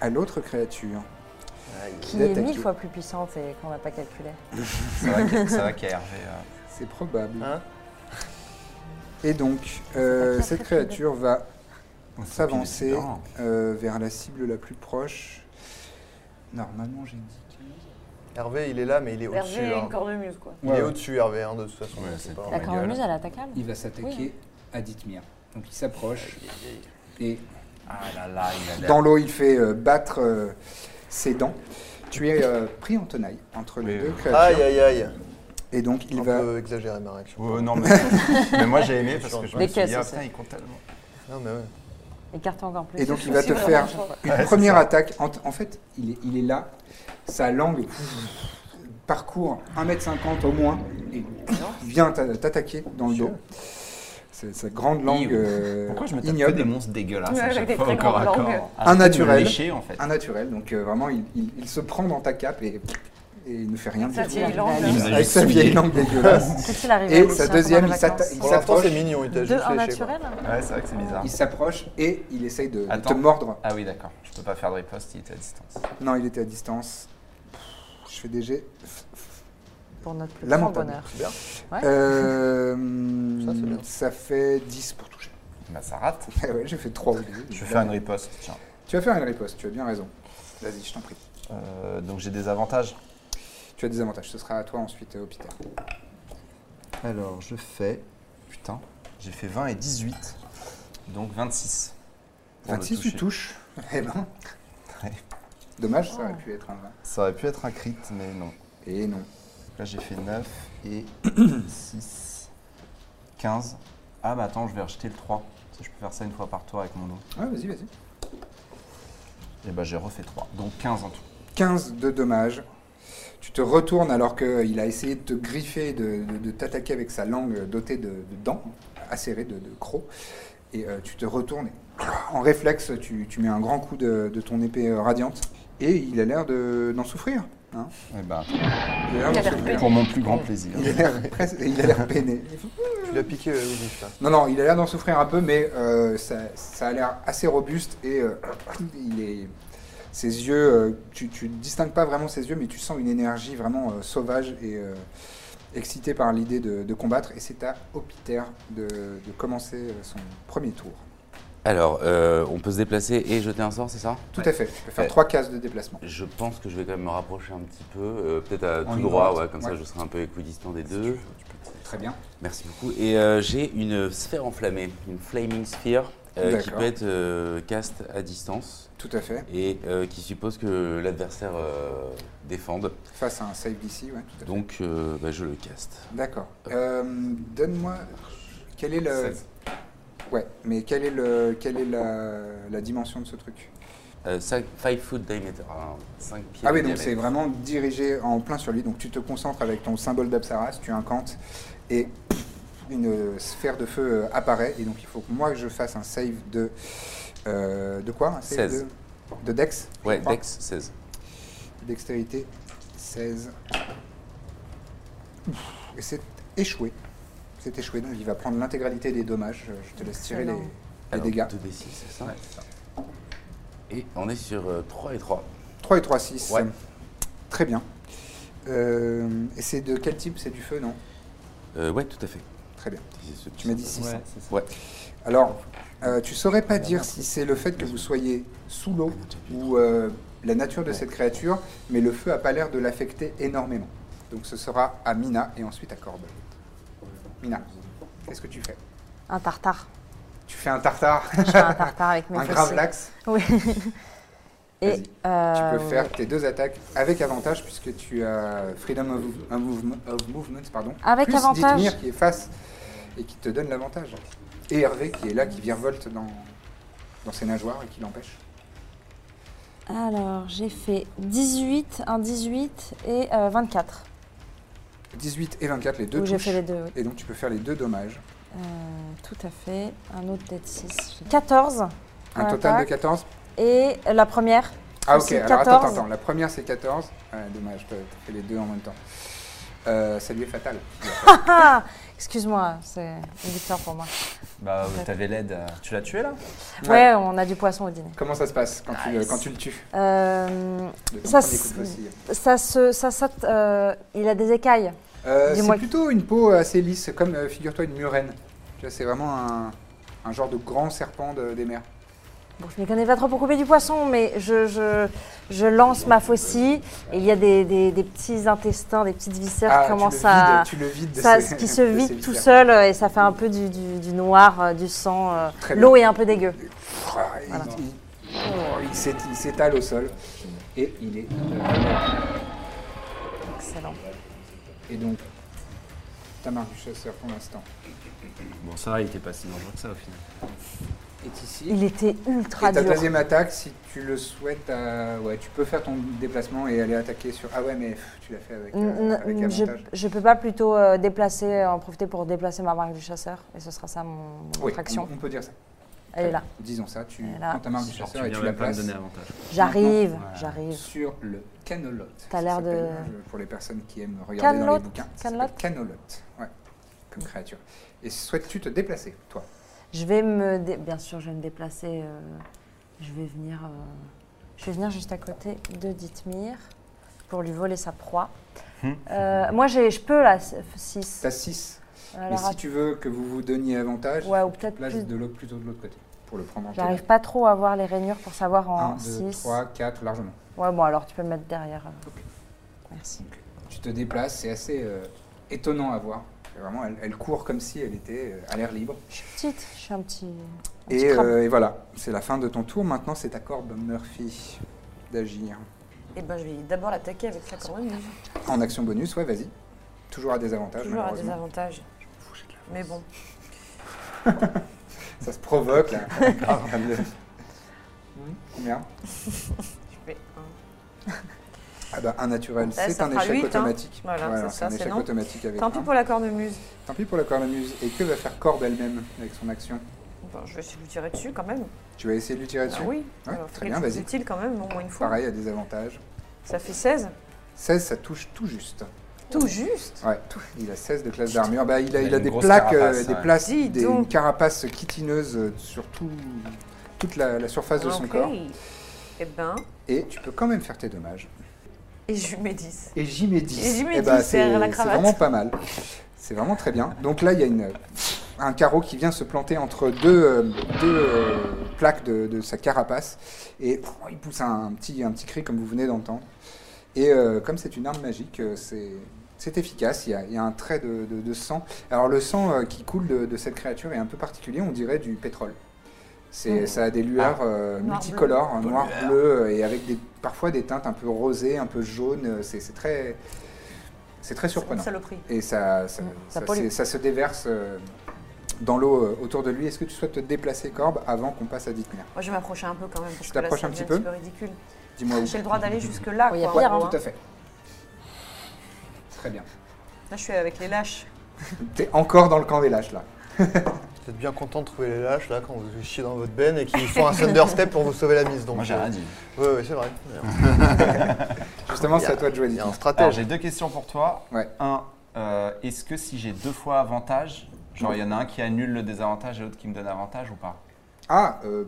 S1: à l'autre créature.
S7: Qui est mille
S1: d'attaquer.
S7: fois plus puissante et qu'on n'a pas calculé.
S1: Oh
S3: Ça va qu'il- ça va qu'il y a Hervé. euh,
S1: C'est probable.
S5: Hein
S1: Et donc, euh,
S7: pas très,
S1: cette
S7: très bête.
S1: créature va
S5: Oh,
S3: on se
S1: s'avancer
S3: pile dedans.
S1: euh, vers la cible la plus proche. Normalement, j'ai dit.
S5: Hervé, il est là, mais il est au-dessus.
S4: Hervé,
S5: hein.
S4: une cornemuse, quoi.
S5: Il
S1: Ouais,
S5: est
S1: ouais.
S5: au-dessus, Hervé, hein, de toute façon.
S3: Ouais,
S5: c'est
S3: c'est
S5: pas-
S3: pas
S7: La
S3: ma gueule.
S7: cornemuse, elle attaque calme.
S1: Il va s'attaquer
S7: Oui.
S1: à Dithmir. Donc il s'approche et
S3: Ah là là, il a l'air.
S1: dans l'eau il fait euh, battre euh, ses dents. Tu es euh, pris en tenaille entre les
S3: Oui,
S1: deux
S3: oui.
S1: créatures
S5: Aïe, aïe, aïe.
S1: et donc il
S5: un
S1: va
S5: peu exagéré ma réaction.
S3: Ouais, Oh, non, mais, mais moi j'ai aimé parce que je me
S7: Des
S3: suis dit,
S7: caisses
S3: ah,
S7: aussi.
S3: putain, il compte tellement.
S1: Euh,
S5: Non, mais ouais.
S7: Écarte encore plus.
S1: et donc il va te
S7: C'est
S1: faire
S7: vraiment chaud.
S1: une
S3: Ouais, c'est
S1: première
S3: ça.
S1: attaque. En, en fait, il est, il est là, sa langue parcourt 1m50 au moins et vient t'a- t'attaquer dans le dos. C'est sa grande langue
S3: Iou.
S1: euh,
S3: Pourquoi je me tape que
S1: ignoble.
S3: des monstres dégueulasses
S4: Ouais,
S3: à
S4: avec
S3: chaque
S4: des
S3: fois
S4: très
S3: au corps à
S4: grandes
S3: corps
S4: langues.
S3: Arrêtez de me
S1: naturel.
S3: lécher, en fait.
S1: un naturel. Donc euh, vraiment, il, il- il se prend dans ta cape et, et il ne fait rien.
S4: Ça
S1: du tout.
S4: vieille langue.
S3: Il nous a
S1: Avec
S3: juste
S1: sa vieille
S3: souillés.
S1: langue dégueulasse.
S7: Qu'est-ce qu'il arrive
S1: Et sa deuxième, il s'atta- il
S5: Pour l'instant,
S1: s'approche.
S5: c'est mignon, il t'a
S7: Deux
S5: juste
S7: en
S5: léché. quoi.
S7: naturel
S3: Ouais, c'est vrai que c'est bizarre.
S1: Il s'approche et il essaye de, de te
S3: Attends.
S1: mordre.
S3: Ah oui, d'accord. Je peux pas faire de riposte, il était à distance.
S1: Non, il était à distance. Je fais des jets.
S7: Pour notre plus grand
S1: Lamentable.
S7: bonheur.
S5: C'est bien.
S7: Ouais.
S1: Euh,
S5: Ça, c'est bien.
S1: ça fait 10 pour toucher.
S3: Bah ça rate.
S1: Ah ouais, j'ai fait 3
S3: Je vais faire une riposte, tiens.
S1: Tu vas faire une riposte, tu as bien raison. Vas-y, je t'en prie.
S3: Euh, donc j'ai des avantages.
S1: Tu as des avantages, ce sera à toi ensuite, euh, au Peter.
S3: Alors je fais. Putain, j'ai fait 20 et 18. Donc 26. pour le
S1: 26, tu
S3: toucher.
S1: touches. Eh ben.
S3: Ouais.
S1: Dommage, ça aurait
S4: Oh.
S1: pu être un 20.
S3: Ça aurait pu être un crit, mais non.
S1: Et non.
S3: Là j'ai fait 9 et 6. 15. Ah bah attends, je vais rejeter le 3. Parce que je peux faire ça une fois par tour avec mon nom.
S1: Ouais, vas-y, vas-y.
S3: Et bah j'ai refait 3. Donc 15 en tout.
S1: 15 de dommages. Tu te retournes alors qu'il a essayé de te griffer, de, de- de t'attaquer avec sa langue euh, dotée de, de dents, acérées de, de crocs. Et euh, tu te retournes et en réflexe, tu, tu mets un grand coup de, de ton épée euh, radiante. Et il a l'air de- d'en souffrir. hein.
S3: Et bah
S1: Il a l'air
S4: Il a
S1: d'en
S4: l'air
S1: souffrir.
S3: pour mon plus grand plaisir.
S1: Il a l'air presque- il a l'air peiné.
S5: Tu l'as piqué, euh, Wiggins, là.
S1: Non, non, il a l'air d'en souffrir un peu, mais euh, ça, ça a l'air assez robuste et euh, il est. Ses yeux, euh, tu, tu ne distingues pas vraiment ses yeux, mais tu sens une énergie vraiment euh, sauvage et euh, excitée par l'idée de, de combattre. Et c'est à Hopiter de, de commencer euh, son premier tour.
S6: Alors, euh, on peut se déplacer et jeter un sort, c'est ça
S1: Tout à fait. Tu peux faire
S6: Ouais.
S1: trois cases de déplacement.
S6: Je pense que je vais quand même me rapprocher un petit peu, euh, peut-être à
S1: En
S6: tout
S1: ligne
S6: droit,
S1: droite,
S6: ouais, comme
S1: ouais.
S6: ça je serai un peu équidistant des deux.
S1: Très bien.
S6: Merci beaucoup. Et euh, j'ai une sphère enflammée, une flaming sphere, euh, qui
S1: D'accord.
S6: peut être euh, cast à distance
S1: Tout à fait.
S6: et euh, qui suppose que l'adversaire euh, défende.
S1: Face à un save d'ici, ouais, tout à fait.
S6: Donc euh, bah, je le caste.
S1: D'accord. Euh, Donne-moi. Quel est le.
S3: 16.
S1: Ouais, mais quelle est, le, quelle est la, la dimension de ce truc
S6: 5 Euh, foot diameter, 5 pieds.
S1: Ah oui,
S6: de
S1: donc c'est
S6: diamètre.
S1: vraiment dirigé en plein sur lui. Donc tu te concentres avec ton symbole d'Apsaras, tu incantes et une euh, sphère de feu euh, apparaît. Et donc il faut que moi je fasse un save de. euh, de quoi Un save
S6: 16.
S1: De, de Dex je
S6: Ouais,
S1: crois.
S6: Dex 16.
S1: Dextérité 16. Ouf, Et c'est échoué. C'est échoué, donc il va prendre l'intégralité des dommages. Je- Je te laisse tirer les,
S4: Excellent.
S1: les
S6: Alors,
S1: dégâts.
S6: 2d6, c'est ça Et on est sur 3 et 3.
S1: 3 et 3, 6.
S6: Ouais.
S1: Très bien. Euh, et c'est de quel type C'est du feu, non
S6: Euh, ouais, tout à fait.
S1: Très bien.
S6: C'est ce
S1: Tu m'as dit 6.
S6: Ouais.
S1: Alors, euh, tu saurais pas dire si c'est le fait que vous soyez sous l'eau ou euh, la nature de cette créature, mais le feu a pas l'air de l'affecter énormément. Donc ce sera à Mina et ensuite à Corbe. Mina, qu'est-ce que tu fais
S7: Un tartare.
S1: Tu fais un tartare,
S7: Je fais un tartare avec mes
S1: un
S7: fossiles.
S1: gravelax.
S7: Oui. Et
S1: Tu
S7: euh,
S1: peux faire tes deux attaques avec avantage puisque tu as Freedom of, of movement, of movement, pardon.
S7: Avec
S1: plus
S7: avantage.
S1: Dithmir qui est face et qui te donne l'avantage. Et Hervé qui est là, qui virevolte dans, dans ses nageoires et qui l'empêche.
S7: Alors, j'ai fait 18, un 18 et euh, 24.
S1: 18 et 24, les deux
S7: où j'ai
S1: touches.
S7: fait les deux, oui.
S1: Et donc tu peux faire les deux dommages.
S7: Euh, tout à fait. Un autre tête 6. 14.
S1: Un
S7: à
S1: total de
S7: l'attaque.
S1: 14.
S7: Et la première.
S1: Ah ok,
S7: c'est
S1: alors attends,
S7: 14.
S1: attends, la première c'est 14. Ah, dommage, t'as t'as fait les deux en même temps. Euh, ça lui est fatal.
S7: Ah Excuse-moi, c'est une victoire pour moi.
S3: Bah euh, t'avais l'aide. euh, Tu l'as tué là
S1: Ouais.
S7: Ouais. on a du poisson au dîner.
S1: Comment ça se passe quand, tu, le, quand tu le tues
S7: Euh,
S1: de ton
S7: Ça,
S1: premier coup de
S7: c'est-
S1: faucille
S7: ça se, ça saute, euh, il a des écailles.
S1: Euh,
S7: Dis-moi-
S1: C'est plutôt une peau assez lisse, comme euh, figure-toi une murène. Tu vois, c'est vraiment un, un genre de grand serpent de- des mers.
S2: Bon, je m'y connais pas trop pour couper du poisson, mais je, je, je lance ma faucille. Et il y a des, des- des petits intestins, des petites viscères
S1: Ah,
S2: qui
S1: tu le
S2: commencent à.
S1: vides- Tu le vides de
S2: ça-
S1: ses-
S2: qui se
S1: de ses
S2: vide tout
S1: viscères.
S2: seul euh, et ça fait un peu du, du- du noir, euh, du sang. euh.
S1: Très bien.
S2: L'eau est un peu dégueu.
S1: Ah, il- il- oh, il s'é- Il s'étale au sol et il est mort.
S2: Excellent.
S1: Et donc, ta marque du chasseur pour l'instant
S8: Bon, ça va, il était pas si dangereux que ça au final.
S1: est ici.
S2: Il était ultra
S1: Et ta
S2: dur.
S1: deuxième attaque, si tu le souhaites, euh, ouais, tu peux faire ton déplacement et aller attaquer sur. Ah ouais, mais pff, tu l'as fait avec, euh,
S2: N-
S1: avec
S2: n- je,
S1: avantage.
S2: je peux pas plutôt euh, déplacer, euh, en profiter pour déplacer ma marque du chasseur et ce sera ça mon, mon
S1: Oui,
S2: attraction.
S1: on, on peut dire ça.
S2: Elle est là.
S1: Disons ça, tu
S2: Elle est là.
S1: prends ta marque du
S8: Genre,
S1: chasseur et
S8: viens
S1: tu la
S8: même pas me
S1: places
S8: donner avantage.
S2: J'arrive,
S1: Voilà.
S2: j'arrive.
S1: sur le canolot.
S2: T'as
S1: ça
S2: l'air
S1: s'appelle,
S2: de-
S1: hein, je- Pour les personnes qui aiment regarder dans les
S2: Canelotte,
S1: bouquins. ça s'appelle
S2: canelotte.
S1: Canolot, ouais, comme créature. Et souhaites-tu te déplacer, toi
S2: Je vais me, dé- bien sûr, je vais me déplacer. euh, je vais venir, euh, je vais venir juste à côté de Dithmir pour lui voler sa proie. Euh, moi, j'ai, je peux là, 6.
S1: Hmm. T'as 6. Mais si tu veux que vous vous donniez avantage,
S2: ouais, ou peut-être
S1: place
S2: plus.
S1: de l'autre plutôt de l'autre côté pour le prendre en
S2: J'arrive pas trop à voir les rainures pour savoir
S1: 1,
S2: en
S1: 2,
S2: 6.
S1: 3, 4, largement.
S2: Ouais, bon, alors tu peux me mettre derrière. euh. Merci.
S1: Tu te déplaces, c'est assez euh, étonnant à voir. C'est Vraiment, elle, elle court comme si elle était euh, à l'air libre.
S2: Je suis petite, je suis un petit. un petit
S1: Et,
S2: crabe.
S1: euh, et voilà, c'est la fin de ton tour. Maintenant, c'est à Corbe Murphy d'agir.
S4: Eh ben, je vais d'abord l'attaquer avec ça quand même.
S1: En action bonus, ouais, vas-y. Toujours à des avantages,
S4: Toujours à des
S1: malheureusement.
S4: avantages. Mais bon.
S1: Ça se provoque, là. Hum, Combien
S4: Je fais un.
S1: Ah bah, un naturel,
S4: Ça,
S1: c'est
S4: ça
S1: un
S4: fera
S1: échec
S4: huit, hein.
S1: automatique.
S4: Voilà, c'est ça,
S1: un
S4: c'est
S1: échec
S4: non.
S1: automatique avec
S4: Tant pis
S1: un.
S4: pour la cornemuse.
S1: Tant pis pour la cornemuse. Et que va faire Corbe elle-même avec son action
S4: Bon, je vais essayer de lui tirer dessus quand même.
S1: Tu vas essayer de lui tirer
S4: Ah
S1: dessus
S4: oui,
S1: Ouais,
S4: Alors,
S1: très
S4: quelque
S1: bien,
S4: chose
S1: vas-y.
S4: d'utile quand même, au moins une fois.
S1: Pareil, à des avantages.
S4: Ça fait 16.
S1: 16, ça touche tout juste.
S4: Tout juste.
S1: Ouais, il a 16 de classe d'armure. Bah, il a,
S8: Il a
S1: il a
S8: une
S1: des
S8: grosse
S1: plaques, euh,
S8: carapace,
S1: des
S8: ouais.
S1: places,
S4: Dis
S1: des
S4: donc.
S1: une carapace chitineuse euh, sur tout- toute la, la surface de son
S4: Ok.
S1: corps.
S4: Eh ben,
S1: Et tu peux quand même faire tes dommages.
S4: et je lui mets 10.
S1: Et j'y mets 10.
S4: Et E j'y mets
S1: Eh ben,
S4: 10,
S1: c'est
S4: c'est la
S1: c'est
S4: cravate.
S1: vraiment pas mal. C'est vraiment très bien. Donc là, il y a une, un carreau qui vient se planter entre deux, euh, deux, euh, plaques de, de sa carapace. Et pff, il pousse un, petit, un petit cri comme vous venez d'entendre. Et euh, comme c'est une arme magique, euh, c'est. C'est efficace, il y, a, il y a un trait de, de- de sang. Alors le sang euh, qui coule de, de cette créature est un peu particulier, on dirait du pétrole. C'est, Ça a des lueurs euh, multicolores, euh, noir, bleu, euh, et avec des, parfois des teintes un peu rosées, un peu jaunes. euh, C'est, c'est très, c'est très
S4: C'est une
S1: surprenant.
S4: saloperie.
S1: Et ça, ça,
S2: ça
S1: ça-
S2: pollue.
S1: c'est- ça se déverse euh, dans l'eau euh, autour de lui. Est-ce que tu souhaites te déplacer, Corbe, avant qu'on passe à Dithmir
S4: Moi, je vais m'approcher un peu quand même. Parce
S1: Tu
S4: que là,
S1: t'approches
S4: ça
S1: un petit
S4: devient
S1: peu Ah
S4: ridicule.
S1: Dis-moi où.
S4: J'ai le droit d'aller jusque-là.
S2: Oh, il y a
S4: quoi,
S2: pire,
S4: en gros,
S2: hein.
S1: Tout
S4: hein.
S1: à fait. Très bien.
S4: Là, je suis avec les lâches.
S1: T'es encore dans le camp des lâches, là.
S5: Vous êtes bien content de trouver les lâches là quand vous chiez dans votre benne et qu'ils font un thunder step pour vous sauver la mise. Donc,
S3: Moi, j'ai rien dit.
S5: Oui, ouais, c'est vrai.
S1: Justement, c'est
S5: Il y a-
S1: à toi de jouer,
S5: Il y
S1: Dithmir.
S5: a un
S3: Alors,
S5: stratège.
S3: j'ai deux questions pour toi.
S1: Ouais.
S3: Un, euh, est-ce que si j'ai deux fois avantage, genre il y en a un qui annule le désavantage et l'autre qui me donne avantage ou pas
S1: Ah, euh,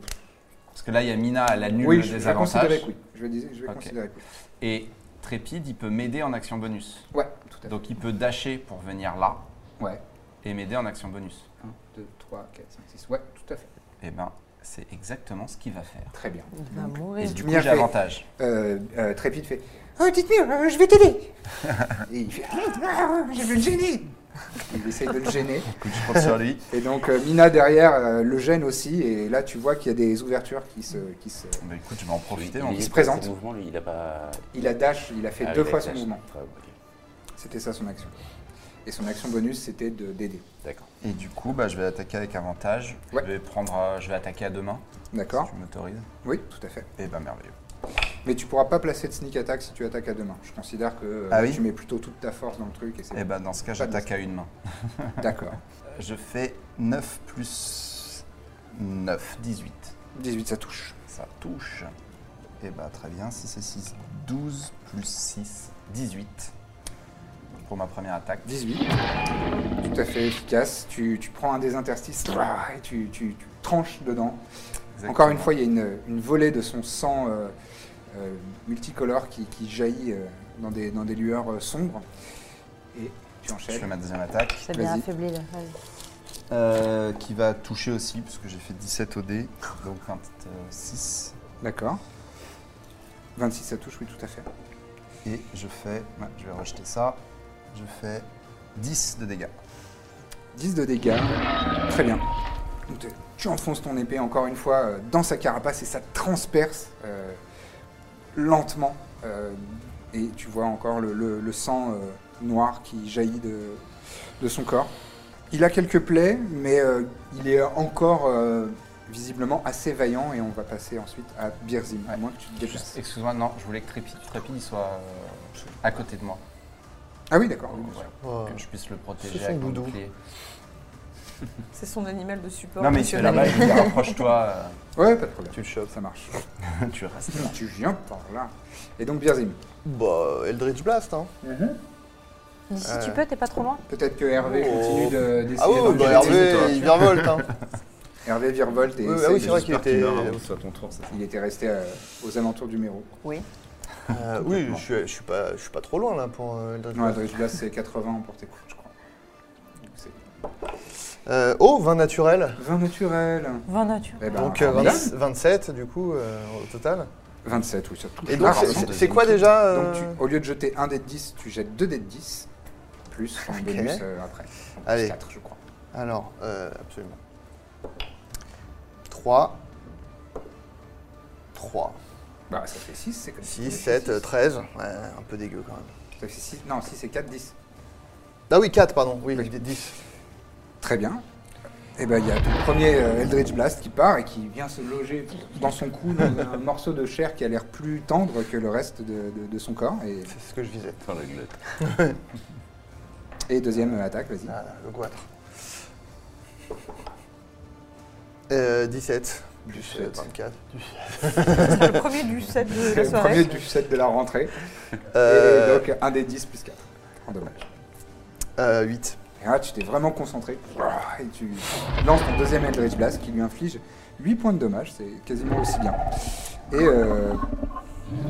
S3: Parce que là, il y a Mina, elle annule
S1: oui,
S3: le
S1: je, je vais
S3: désavantage.
S1: considérer que oui. Je vais, dis- je vais
S3: Ok.
S1: considérer que oui.
S3: Et Trépide, il peut m'aider en action bonus.
S1: Ouais, tout à fait.
S3: Donc il peut dasher pour venir là
S1: Ouais.
S3: et m'aider en action bonus.
S1: 1, 2, 3, 4, 5, 6. Ouais, tout à fait.
S3: Eh ben, c'est exactement ce qu'il va faire.
S1: Très bien.
S7: Il va mourir.
S3: Et du
S1: Tu
S3: coup,
S1: m'y as
S3: j'ai
S1: fait.
S3: avantage.
S1: Euh, euh, Trépide fait Oh, dites-moi, euh, je vais t'aider Et il fait Ah, Je vais le gêner Il essaye de le gêner.
S3: Écoute, je compte sur lui.
S1: Et donc euh, Mina derrière euh, le gêne aussi. Et là, tu vois qu'il y a des ouvertures qui se. Qui se...
S3: Bah, écoute, je vais en profiter.
S6: Il-
S3: on-
S6: il-
S1: se présente.
S6: ses mouvements, lui, il a pas.
S1: Il a dash, il a fait
S6: Ah,
S1: deux
S6: il a
S1: fois
S6: dash.
S1: son mouvement.
S6: Ah, ok.
S1: C'était ça son action. Et son action bonus, c'était de- d'aider.
S6: D'accord.
S3: Et du coup, bah, je vais attaquer avec avantage.
S1: Ouais.
S3: Je, vais prendre, euh, je vais attaquer à deux mains.
S1: D'accord
S3: Si tu m'autorises.
S1: Oui, tout à fait.
S3: Eh ben, merveilleux.
S1: Mais tu pourras pas placer de sneak attack si tu attaques à deux mains. Je considère que euh,
S3: Ah oui
S1: tu mets plutôt toute ta force dans le truc. Et c'est
S3: Eh ben, dans ce cas, j'attaque à une main.
S1: D'accord.
S3: Je fais 9 plus 9, 18.
S1: 18, ça touche.
S3: Ça touche. Et bah très bien, 6 et 6, 12 plus 6, 18. Pour ma première attaque.
S1: 18. Tout à fait efficace. Tu, tu prends un des interstices ouah, et tu, tu- tu tranches dedans. Encore une fois, il y a une, une volée de son sang euh, euh, multicolore qui, qui jaillit euh, dans, des, dans des lueurs euh, sombres. Et tu
S3: Je fais
S1: enchaînes.
S3: ma deuxième attaque.
S7: C'est bien
S1: Vas-y.
S7: affaibli là. Vas-y.
S3: Euh, qui va toucher aussi, parce que j'ai fait 17 au dé, donc euh, 26.
S1: D'accord. 26, ça touche, oui, tout à fait.
S3: Et je fais, ouais, je vais rejeter ça, je fais 10 de dégâts.
S1: 10 de dégâts. Très bien. Donc, tu- Tu enfonces ton épée encore une fois euh, dans sa carapace et ça transperce euh, lentement. euh, et tu vois encore le, le- le sang euh, noir qui jaillit de, de son corps. Il a quelques plaies, mais euh, il est encore euh, visiblement assez vaillant. Et on va passer ensuite à Birzim, à moins que tu te déplaces.
S3: Juste, Excuse-moi, non, je voulais que Trépide, Trépide, il soit euh, à côté de moi.
S1: Ah oui, d'accord. oui, bien sûr.
S3: Ouais,
S5: Oh.
S3: Que je puisse le
S5: C'est
S3: protéger
S5: son
S3: avec mon
S5: doudou.
S3: bouclier.
S4: C'est son animal de support.
S3: Non, mais
S4: monsieur
S3: c'est là-bas,
S4: Manu.
S3: il dit rapproche-toi,
S1: Ouais, pas de problème.
S5: Tu le chopes.
S1: Ça marche.
S3: euh, tu restes là.
S1: tu viens par là. Et donc Birzim.
S5: Bah, Eldritch Blast, hein.
S2: D'ici,
S5: Euh.
S2: tu peux, t'es pas trop loin
S1: Peut-être que Hervé
S5: Oh.
S1: continue de- d'essayer
S5: Ah oui,
S1: d'enlever les
S5: bah Hervé,
S1: autres.
S5: il virevolte, hein.
S1: Hervé virevolte et
S5: Oui,
S1: essaie
S5: ah oui,
S1: de-
S5: c'est vrai qu'il
S8: J'espère qu'il
S5: était.
S8: meurt avant que ce soit ton tour, ça.
S1: hein. il était resté euh, aux alentours du méro.
S5: Euh, oui, je suis, je suis pas, je suis pas trop loin là pour euh, Eldritch
S1: Non,
S5: Blast.
S1: Adrich Blast, c'est 80 en portée courte, je crois. Donc, c'est
S5: Euh, oh, 20 naturel.
S1: 20 naturel.
S7: 20 nature.
S1: Eh ben,
S5: Donc euh,
S1: formidable.
S5: 20 27 du coup euh, au total.
S1: 27, oui, ça touche.
S5: Et donc
S1: Ah,
S5: c'est-
S1: pardon.
S5: c'est- c'est quoi déjà euh,
S1: Donc, tu- au lieu de jeter un dé de 10, tu jettes 2 dés de 10, plus en bonus euh, après.
S5: Allez.
S1: 4, je crois.
S5: Alors, euh, absolument. 3 3
S1: Bah, ça fait 6, c'est comme
S5: 6 7 euh, 13. Ouais, un peu dégueu quand même.
S1: Ça fait 6, non, 6 et 4, 10.
S5: Ah oui, 4 pardon. Oui, 10.
S1: Très bien. Et ben, il y a ton premier euh, Eldritch Blast qui part et qui vient se loger dans son cou dans un morceau de chair qui a l'air plus tendre que le reste de, de- de son corps. Et,
S5: C'est ce que je visais.
S6: Enfin, la glotte.
S1: et deuxième attaque, vas-y.
S5: Voilà, le goitre. Euh, 17 plus euh,
S1: 17.
S5: 24.
S4: C'est le premier du set de la
S1: le premier
S4: soirée.
S1: du set de la rentrée. Et
S5: Euh,
S1: donc un des 10 plus 4. En dommage.
S5: euh, 8.
S1: Et là, tu t'es vraiment concentré. Ah, Et tu lances ton deuxième Eldritch Blast qui lui inflige 8 points de dommage. C'est quasiment aussi bien. Et euh,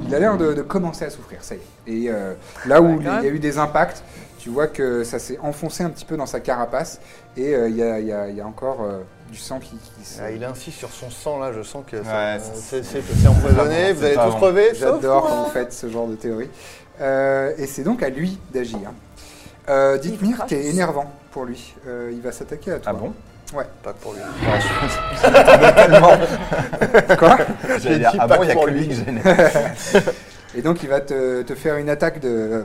S1: il a l'air de, de commencer à souffrir, ça y est. Et euh, là
S5: Oh
S1: où il y a eu des impacts, tu vois que ça s'est enfoncé un petit peu dans sa carapace. Et euh, il y, a, il y a- il y a encore euh, du sang qui, qui se-
S5: Ah, il insiste sur son sang là, je sens que ça-
S3: Ouais,
S5: euh, c'est
S3: c'est-
S5: c'est- c'est empoisonné,
S3: c'est
S5: vous allez
S3: pas
S5: tous
S3: bon.
S5: crever, sauf
S1: J'adore
S5: moi.
S1: quand vous faites ce genre de théorie. Euh, et c'est donc à lui d'agir. Euh, Dithmir,
S4: crache.
S1: t'es énervant pour lui. Euh, il va s'attaquer à toi.
S3: Ah bon
S5: Pas que pour lui.
S1: Quoi
S3: J'allais
S5: dit
S3: dire, ah
S5: pas
S3: bon, il n'y a
S5: pour
S3: que lui
S5: lui.
S3: que j'ai
S1: Et donc il va te, te faire une attaque de, euh,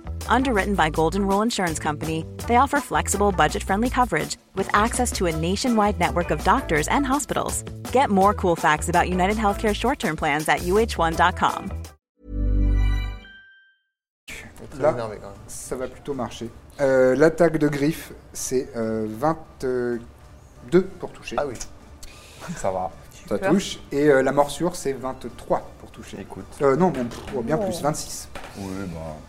S9: Underwritten by Golden Rule Insurance Company, they offer flexible, budget friendly coverage with access to a nationwide network of doctors and hospitals. Get more cool facts about United Healthcare short term plans at uh1.com.
S5: Très
S1: là,
S5: énervé quand même.
S1: ça va plutôt marcher. Euh, L'attaque de griffes, c'est euh, 22 pour toucher.
S5: Ah oui.
S3: Ça va.
S1: Ça touche. Et euh, la morsure, c'est 23 pour toucher.
S3: Écoute.
S1: Euh, non, bon, pff, bien plus, 26.
S3: Oui,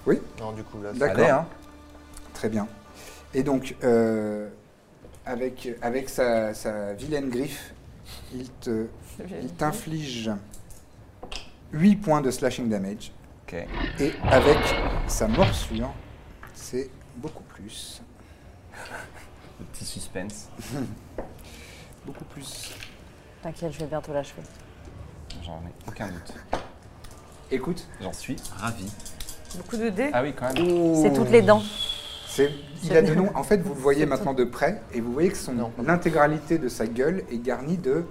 S3: bah.
S5: Non, du coup là.
S1: D'accord.
S3: Allez, hein.
S1: Très bien. Et donc, euh, avec, avec sa, sa vilaine griffe, il te- il t'inflige 8 points de slashing damage.
S3: Ok.
S1: Et avec sa morsure, c'est beaucoup plus.
S3: Le petit suspense.
S1: Beaucoup plus.
S2: T'inquiète, je vais bientôt l'achever.
S3: J'en ai aucun doute.
S1: Écoute,
S3: J'en suis ravi.
S4: Beaucoup de dés.
S3: Ah oui, quand même.
S1: Oh.
S2: C'est toutes les dents.
S1: c'est- il a de noms. En fait, vous le voyez maintenant de près et vous voyez que son-
S5: Non, pas
S1: l'intégralité de sa gueule est garnie de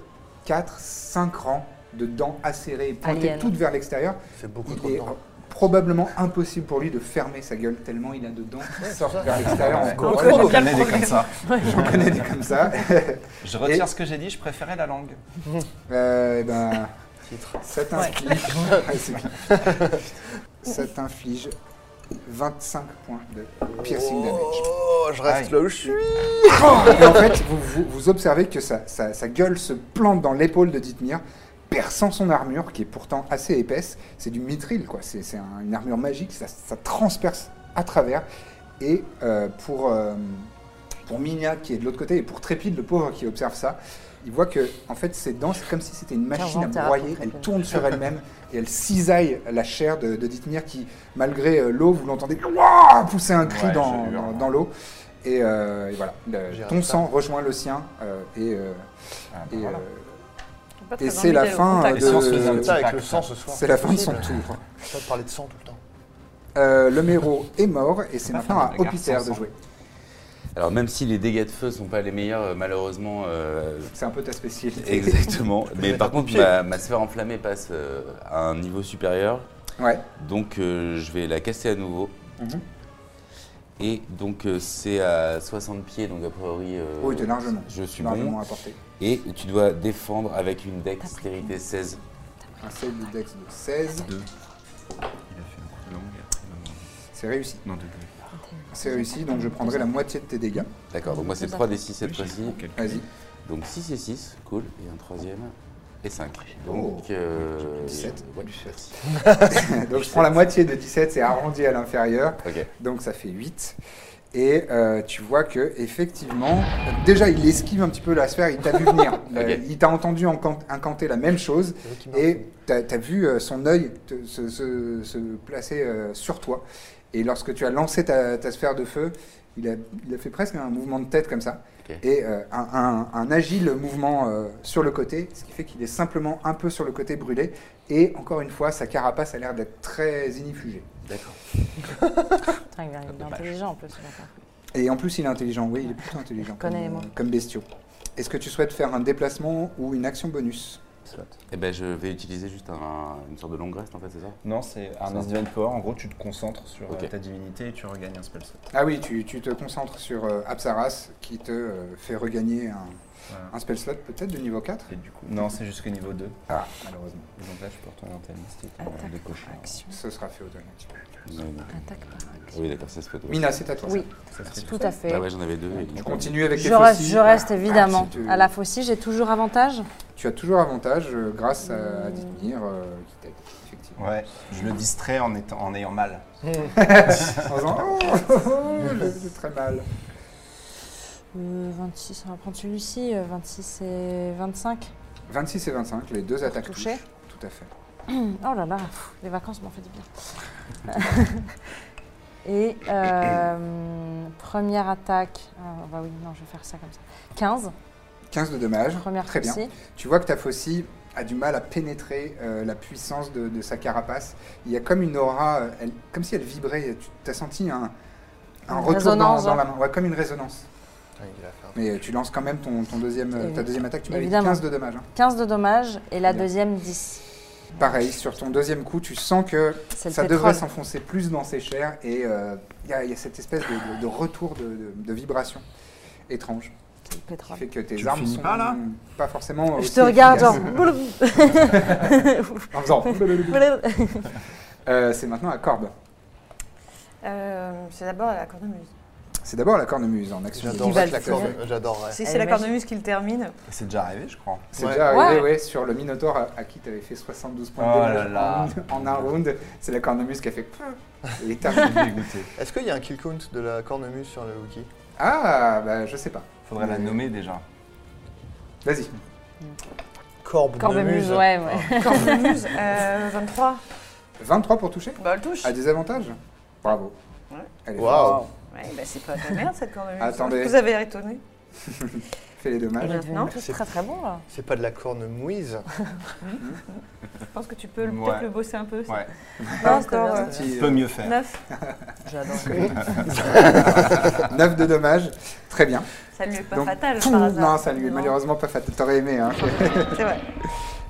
S1: 4-5 rangs de dents acérées et pointées
S2: Alien.
S1: toutes vers l'extérieur.
S5: C'est beaucoup trop
S1: Il
S5: de
S1: est
S5: temps.
S1: probablement impossible pour lui de fermer sa gueule tellement il a de dents qui sortent vers l'extérieur en
S3: On
S1: gorge.
S3: connaît des comme ça.
S1: J'en connais des comme ça.
S3: Je retire ce que j'ai dit, je préférais la langue.
S1: Euh, eh ben, ça t'inflige. Ouais, c'est bien. ça t'inflige 25 points de piercing damage.
S5: Oh, je reste
S3: Aïe.
S5: là où je suis.
S1: Et en fait, vous, vous- vous observez que sa, sa- sa gueule se plante dans l'épaule de Dithmir perçant son armure, qui est pourtant assez épaisse. C'est du mithril, quoi. C'est c'est un- une armure magique, ça, ça transperce à travers. Et euh, pour, euh, pour Minia, qui est de l'autre côté, et pour Trépide, le pauvre qui observe ça, il voit que, en fait, ses dents, c'est comme si c'était une machine à
S2: Inventaire
S1: broyer.
S2: pour
S1: Elle
S2: Trépide.
S1: tourne sur elle-même et elle cisaille la chair de, de Dithmir, qui, malgré euh, l'eau, vous l'entendez Ouah pousser un cri
S3: Ouais,
S1: dans,
S3: j'ai eu un-
S1: dans- dans l'eau. Et, euh, et voilà, le-
S3: J'ai
S1: ton
S3: raté ça.
S1: sang rejoint le sien. euh, et euh, et,
S3: voilà.
S1: euh,
S4: Pas très
S1: et c'est la
S4: envie d'aller au
S1: fin euh,
S4: contact.
S1: de.
S3: Essence faisait un petit
S5: Ça, avec
S3: pacte,
S5: le sang
S3: ça.
S5: ce soir.
S1: C'est la fin de son
S5: Impossible.
S1: tour.
S5: Faut Pas parler de sang tout le temps.
S1: Euh, le méro est mort et c'est
S3: Pas
S1: maintenant
S3: fin,
S1: à
S3: la gare
S1: Hopiter
S3: sans
S1: de
S3: sang.
S1: jouer.
S6: Alors même si les dégâts de feu sont pas les meilleurs, euh, malheureusement. euh,
S1: C'est un peu ta spécialité.
S6: exactement. Mais
S5: mettre un
S6: par
S5: coup de
S6: contre,
S5: pied.
S6: ma, ma sphère enflammée passe euh, à un niveau supérieur,
S1: Ouais.
S6: donc euh, je vais la casser à nouveau.
S1: Mhm.
S6: Et donc euh, c'est à 60 pieds, donc a priori. euh,
S1: Oui, t'es largement.
S6: Je suis
S1: largement
S6: bon.
S1: à portée.
S6: Et tu dois défendre avec une dextérité 16.
S1: Un save de dex de 16.
S8: Deux. Il a fait un coup de langue et après il m'a mangé.
S1: C'est réussi.
S8: Non, deux.
S1: C'est réussi, donc je prendrai la moitié de tes dégâts.
S6: D'accord, donc moi c'est
S2: Tout à
S6: 3 d 6 cette
S8: Oui,
S6: fois-ci.
S8: j'ai calculé.
S1: Vas-y.
S6: Donc 6 et 6, cool. Et un troisième et 5.
S1: Oh,
S6: Donc. euh,
S1: 17.
S6: ouais, merci.
S1: donc je prends la moitié de 17, c'est arrondi à l'inférieur.
S6: Ok.
S1: Donc ça fait 8. Et euh, tu vois que effectivement, déjà il esquive un petit peu la sphère, il t'a vu venir, Le-
S6: Ok.
S1: il t'a entendu encan- incanter la même chose,
S5: Le mec qui meurt.
S1: et t'as as vu euh, son œil te- se, se- se placer euh, sur toi. Et lorsque tu as lancé ta, ta sphère de feu, il a, il a fait presque un mouvement de tête comme ça,
S6: Ok.
S1: et euh, un, un- un agile mouvement euh, sur le côté, ce qui fait qu'il est simplement un peu sur le côté brûlé. Et encore une fois, sa carapace a l'air d'être très inifugée.
S6: D'accord.
S7: Putain,
S1: Ah,
S7: il est- il est intelligent en plus. ce matin.
S1: Et en plus, il est intelligent. Oui, il est plutôt intelligent. Comme,
S7: Connais-moi.
S1: euh, comme bestiaux. Est-ce que tu souhaites faire un déplacement ou une action bonus
S6: Eh ben je vais utiliser juste un- une sorte de long rest en fait, c'est ça
S3: Non, c'est un Divine Power. En gros, tu te concentres sur euh,
S6: Ok.
S3: ta divinité et tu regagnes un spell slot.
S1: Ah oui, tu, tu te concentres sur euh, Apsaras qui te euh, fait regagner un,
S3: Voilà.
S1: un spell slot peut-être de niveau 4
S3: Et du coup. Non, c'est jusqu'au niveau 2.
S1: Ah, malheureusement.
S3: Donc là, je peux retourner en ta liste et ton
S7: Attaque
S3: de cochon.
S7: par action.
S1: Ce sera fait au dernier.
S6: Non, non.
S7: Attaque par action.
S6: Oui, d'accord, ça se fait. toi.
S1: Mina, c'est à toi.
S7: Oui,
S3: Ça serait
S7: tout à fait.
S6: Ah ouais, j'en avais deux. et
S1: Tu
S6: donc-
S1: continues avec les
S7: Je reste,
S1: faucilles.
S7: je reste
S1: Ah,
S7: évidemment.
S1: si tu-
S7: À la faucille, j'ai toujours avantage.
S1: Tu as toujours avantage euh, grâce à Dithmir euh, qui t'aide, effectivement.
S3: Ouais, je le distrais en, étant, en ayant mal.
S1: En faisant, Oh, je fais très mal.
S7: Euh, 26, on va prendre celui-ci. euh, 26 et 25.
S1: 26 et 25, les deux attaques
S7: toucher.
S1: touchent. Tout à fait.
S7: Oh là là, pff, les vacances m'ont fait du bien. et euh, première attaque. ah, bah oui, non, je vais faire ça comme ça. 15.
S1: 15 de dommages.
S7: Première
S1: Ah, Très bien.
S7: faucille.
S1: Tu vois que ta faucille a du mal à pénétrer euh, la puissance de, de sa carapace. Il y a comme une aura, euh, elle- comme si elle vibrait. Tu as senti un, un
S7: Une
S1: retour dans,
S7: résonance,
S1: dans
S7: hein.
S1: la main. Ouais, comme une résonance.
S5: Putain, il a fait un-
S1: Mais euh, tu lances quand même ton, ton deuxième, euh, ta
S7: Évi-
S1: deuxième attaque. Tu m'avais dit
S7: évidemment.
S1: 15 de dommages. hein.
S7: 15 de dommages et la
S1: Bien.
S7: deuxième 10.
S1: Pareil, sur ton deuxième coup, tu sens que
S7: C'est le
S1: ça devrait
S7: pétrole.
S1: s'enfoncer plus dans ses chairs et euh, il y a- il y, a cette espèce de, de- de retour de, de- de vibration étrange
S7: C'est le
S1: qui
S7: pétrole.
S1: fait que tes
S8: Tu le
S1: armes
S8: finis
S1: sont
S8: pas, là
S1: pas forcément.
S7: Je
S1: aussi
S7: te regarde
S1: efficaces.
S7: genre.
S1: En faisant. Euh, C'est maintenant à Corbe.
S4: Euh, c'est d'abord la cornemuse.
S1: C'est d'abord la cornemuse en action.
S7: Qui va
S5: J'adorerais
S7: le
S5: que la
S7: faire.
S5: corde- J'adorerais.
S4: Si
S7: Elle
S4: c'est la
S1: Eh,
S7: imagine-
S4: cornemuse qui le termine,
S3: C'est déjà arrivé, je crois.
S1: C'est
S5: Ouais.
S1: déjà
S7: Ouais.
S1: arrivé ouais, sur le Minotaur à, à qui tu avais fait 72 points
S3: Oh
S1: de
S3: là là.
S1: dommage en, en un round. C'est la cornemuse qui a fait. Et il est terminé.
S3: Dégoûté.
S5: Est-ce qu'il y a un kill count de la cornemuse sur le wiki
S1: ah, bah je sais pas.
S3: Faudrait la nommer déjà.
S1: Vas-y.
S5: Corbe
S7: Cornemuse, ouais, ouais.
S4: cornemuse, euh, 23.
S1: 23 pour toucher
S4: Bah, elle touche.
S1: À des avantages Bravo.
S4: Ouais.
S1: Allez,
S5: Waouh.
S4: Ouais, bah, c'est pas de la merde cette cornemuse. hein.
S1: Attendez.
S4: Vous avez étonné.
S1: fais les dommages.
S7: Il est devenu
S4: Non.
S7: plus très très bon là.
S5: C'est pas de la cornemouise.
S4: Je pense que tu peux le-
S3: Ouais.
S4: peut-être le bosser un peu. ça.
S3: Ouais,
S4: Pas
S7: c'était
S4: encore.
S7: bien.
S4: euh,
S1: Petit,
S3: peut mieux faire.
S4: 9.
S7: J'adore.
S1: 9 de dommages. Très bien.
S4: Ça lui est pas
S1: Donc,
S4: fatal
S1: poum,
S4: par hasard.
S1: Non, ça lui est malheureusement pas fatal. T'aurais aimé, hein.
S4: C'est vrai.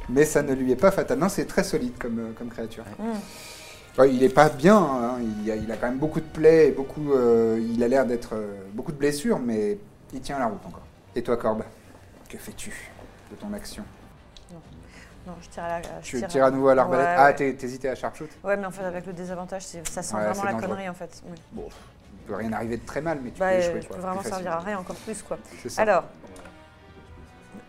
S1: Mais ça ne lui est pas fatal. Non, c'est très solide comme, euh, comme créature.
S4: Mm.
S1: Ouais, il est pas bien, hein. il, a, il a quand même beaucoup de plaies, et beaucoup, euh, il a l'air d'être euh, beaucoup de blessures, mais il tient la route encore. Et toi, Corbe, que fais-tu de ton action
S4: Non, je tire à la. je
S1: Tu
S4: tire-
S1: tires à nouveau à l'arbalète
S4: Ouais,
S1: Ah,
S4: ouais.
S1: t'es- t'hésitais à sharpshoot
S4: Ouais, mais en fait, avec le désavantage, c'est- ça sent
S1: Ouais,
S4: vraiment
S1: c'est
S4: la
S1: dangereux.
S4: connerie en fait. Ouais.
S1: Bon, il peut rien arriver de très mal, mais tu
S4: Bah,
S1: peux
S4: euh,
S1: échouer.
S4: je
S1: quoi,
S4: peux vraiment
S1: plus
S4: servir à
S1: facilement.
S4: rien encore plus quoi.
S1: C'est ça.
S4: Alors.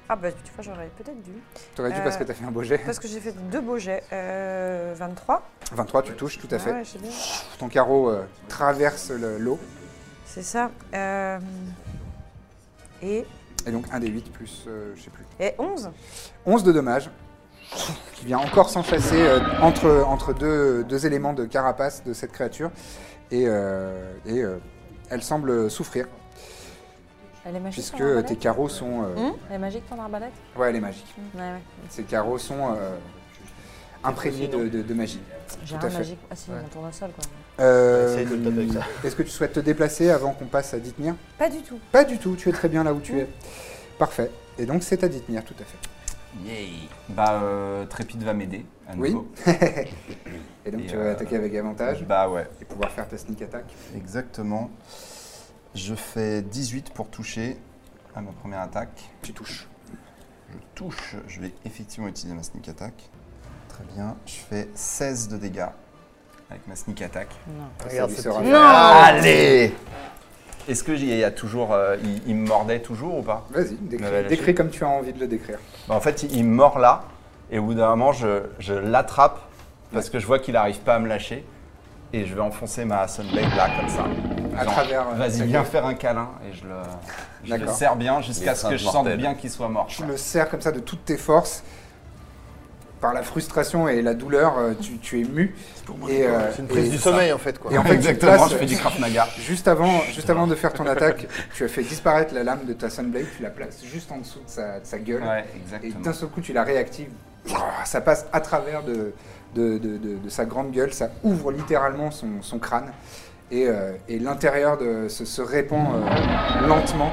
S4: Ah bah tu vois, j'aurais peut-être dû.
S1: T'aurais dû parce que t'as fait un beau jet.
S4: euh, Parce que j'ai fait deux beaux jets. Euh, 23.
S1: 23, tu touches, tout à
S4: Ah
S1: fait.
S4: ouais, je sais bien.
S1: Ton carreau euh, traverse le- l'eau.
S4: C'est ça. Euh, et,
S1: et donc un des 8 plus, euh, je sais plus.
S4: et 11.
S1: 11 de dommages, qui vient encore s'enchasser euh, entre, entre deux, deux éléments de carapace de cette créature. Et, euh, et, euh, elle semble souffrir,
S2: Elle est magique.
S1: puisque
S2: ton arbalète
S1: tes carreaux sont... euh,
S2: Hum Elle est magique ton arbalète
S1: Ouais, elle est magique.
S2: Ouais, ouais.
S1: Ces carreaux sont euh, imprégnés de, de- de magie.
S2: J'ai
S1: Tout
S2: un
S1: à fait.
S2: magique. Ah si, mon tournesol quoi.
S1: Euh,
S5: Essaye de le taper avec ça.
S1: Est-ce que tu souhaites te déplacer avant qu'on passe à Dithmir
S4: Pas du tout.
S1: Pas du tout, tu es très bien là où tu es. Parfait. Et donc c'est à Dithmir, tout à fait.
S3: Yay Bah, euh, Trépide va m'aider, à
S1: Oui.
S3: nouveau.
S1: Et donc
S3: Et,
S1: tu vas
S3: euh,
S1: attaquer avec avantage
S3: Bah ouais.
S1: et pouvoir faire ta sneak attack.
S3: Exactement. Je fais 18 pour toucher à ma première attaque.
S1: Tu touches.
S3: Je touche. Je vais effectivement utiliser ma sneak attack. Très bien. Je fais 16 de dégâts avec ma sneak attack.
S2: Non.
S5: Regarde
S1: Ça lui
S5: ce
S1: sera
S5: petit-
S1: fait.
S3: Allez Est-ce que j'y- il y a toujours, euh, il, il me mordait toujours ou pas
S1: Vas-y, décris,
S3: Ouais, ouais, là,
S1: décris comme tu as envie de le décrire.
S3: Bah, En fait, il, il me mord là et au bout d'un moment, je, je l'attrape parce que je vois qu'il n'arrive pas à me lâcher et je vais enfoncer ma sunblade là comme ça.
S1: À
S3: Genre,
S1: travers, euh,
S3: Vas-y,
S1: ta
S3: viens
S1: gueule.
S3: faire un câlin et je le, je le
S1: D'accord.
S3: serre bien jusqu'à
S6: Les
S3: ce que je
S6: saintes
S3: sente
S6: mortelles.
S3: bien qu'il soit mort.
S1: Tu le serres comme ça de toutes tes forces. Par la frustration et la douleur, euh, tu, tu es mu. Et, euh,
S5: C'est une prise
S1: et-
S5: du sommeil en fait quoi.
S1: Et en fait, tu
S3: Exactement,
S1: places-
S3: je fais du Krav Maga.
S1: Juste avant, juste avant de faire ton attaque, tu as fait disparaître la lame de ta Sunblade, tu la places juste en dessous de sa, de sa gueule.
S3: Ouais,
S1: Et
S3: exactement.
S1: d'un seul coup, tu la réactives. Ça passe à travers de, de- de- de- de sa grande gueule, ça ouvre littéralement son, son crâne. Et, euh, et l'intérieur de- se, se répand euh, lentement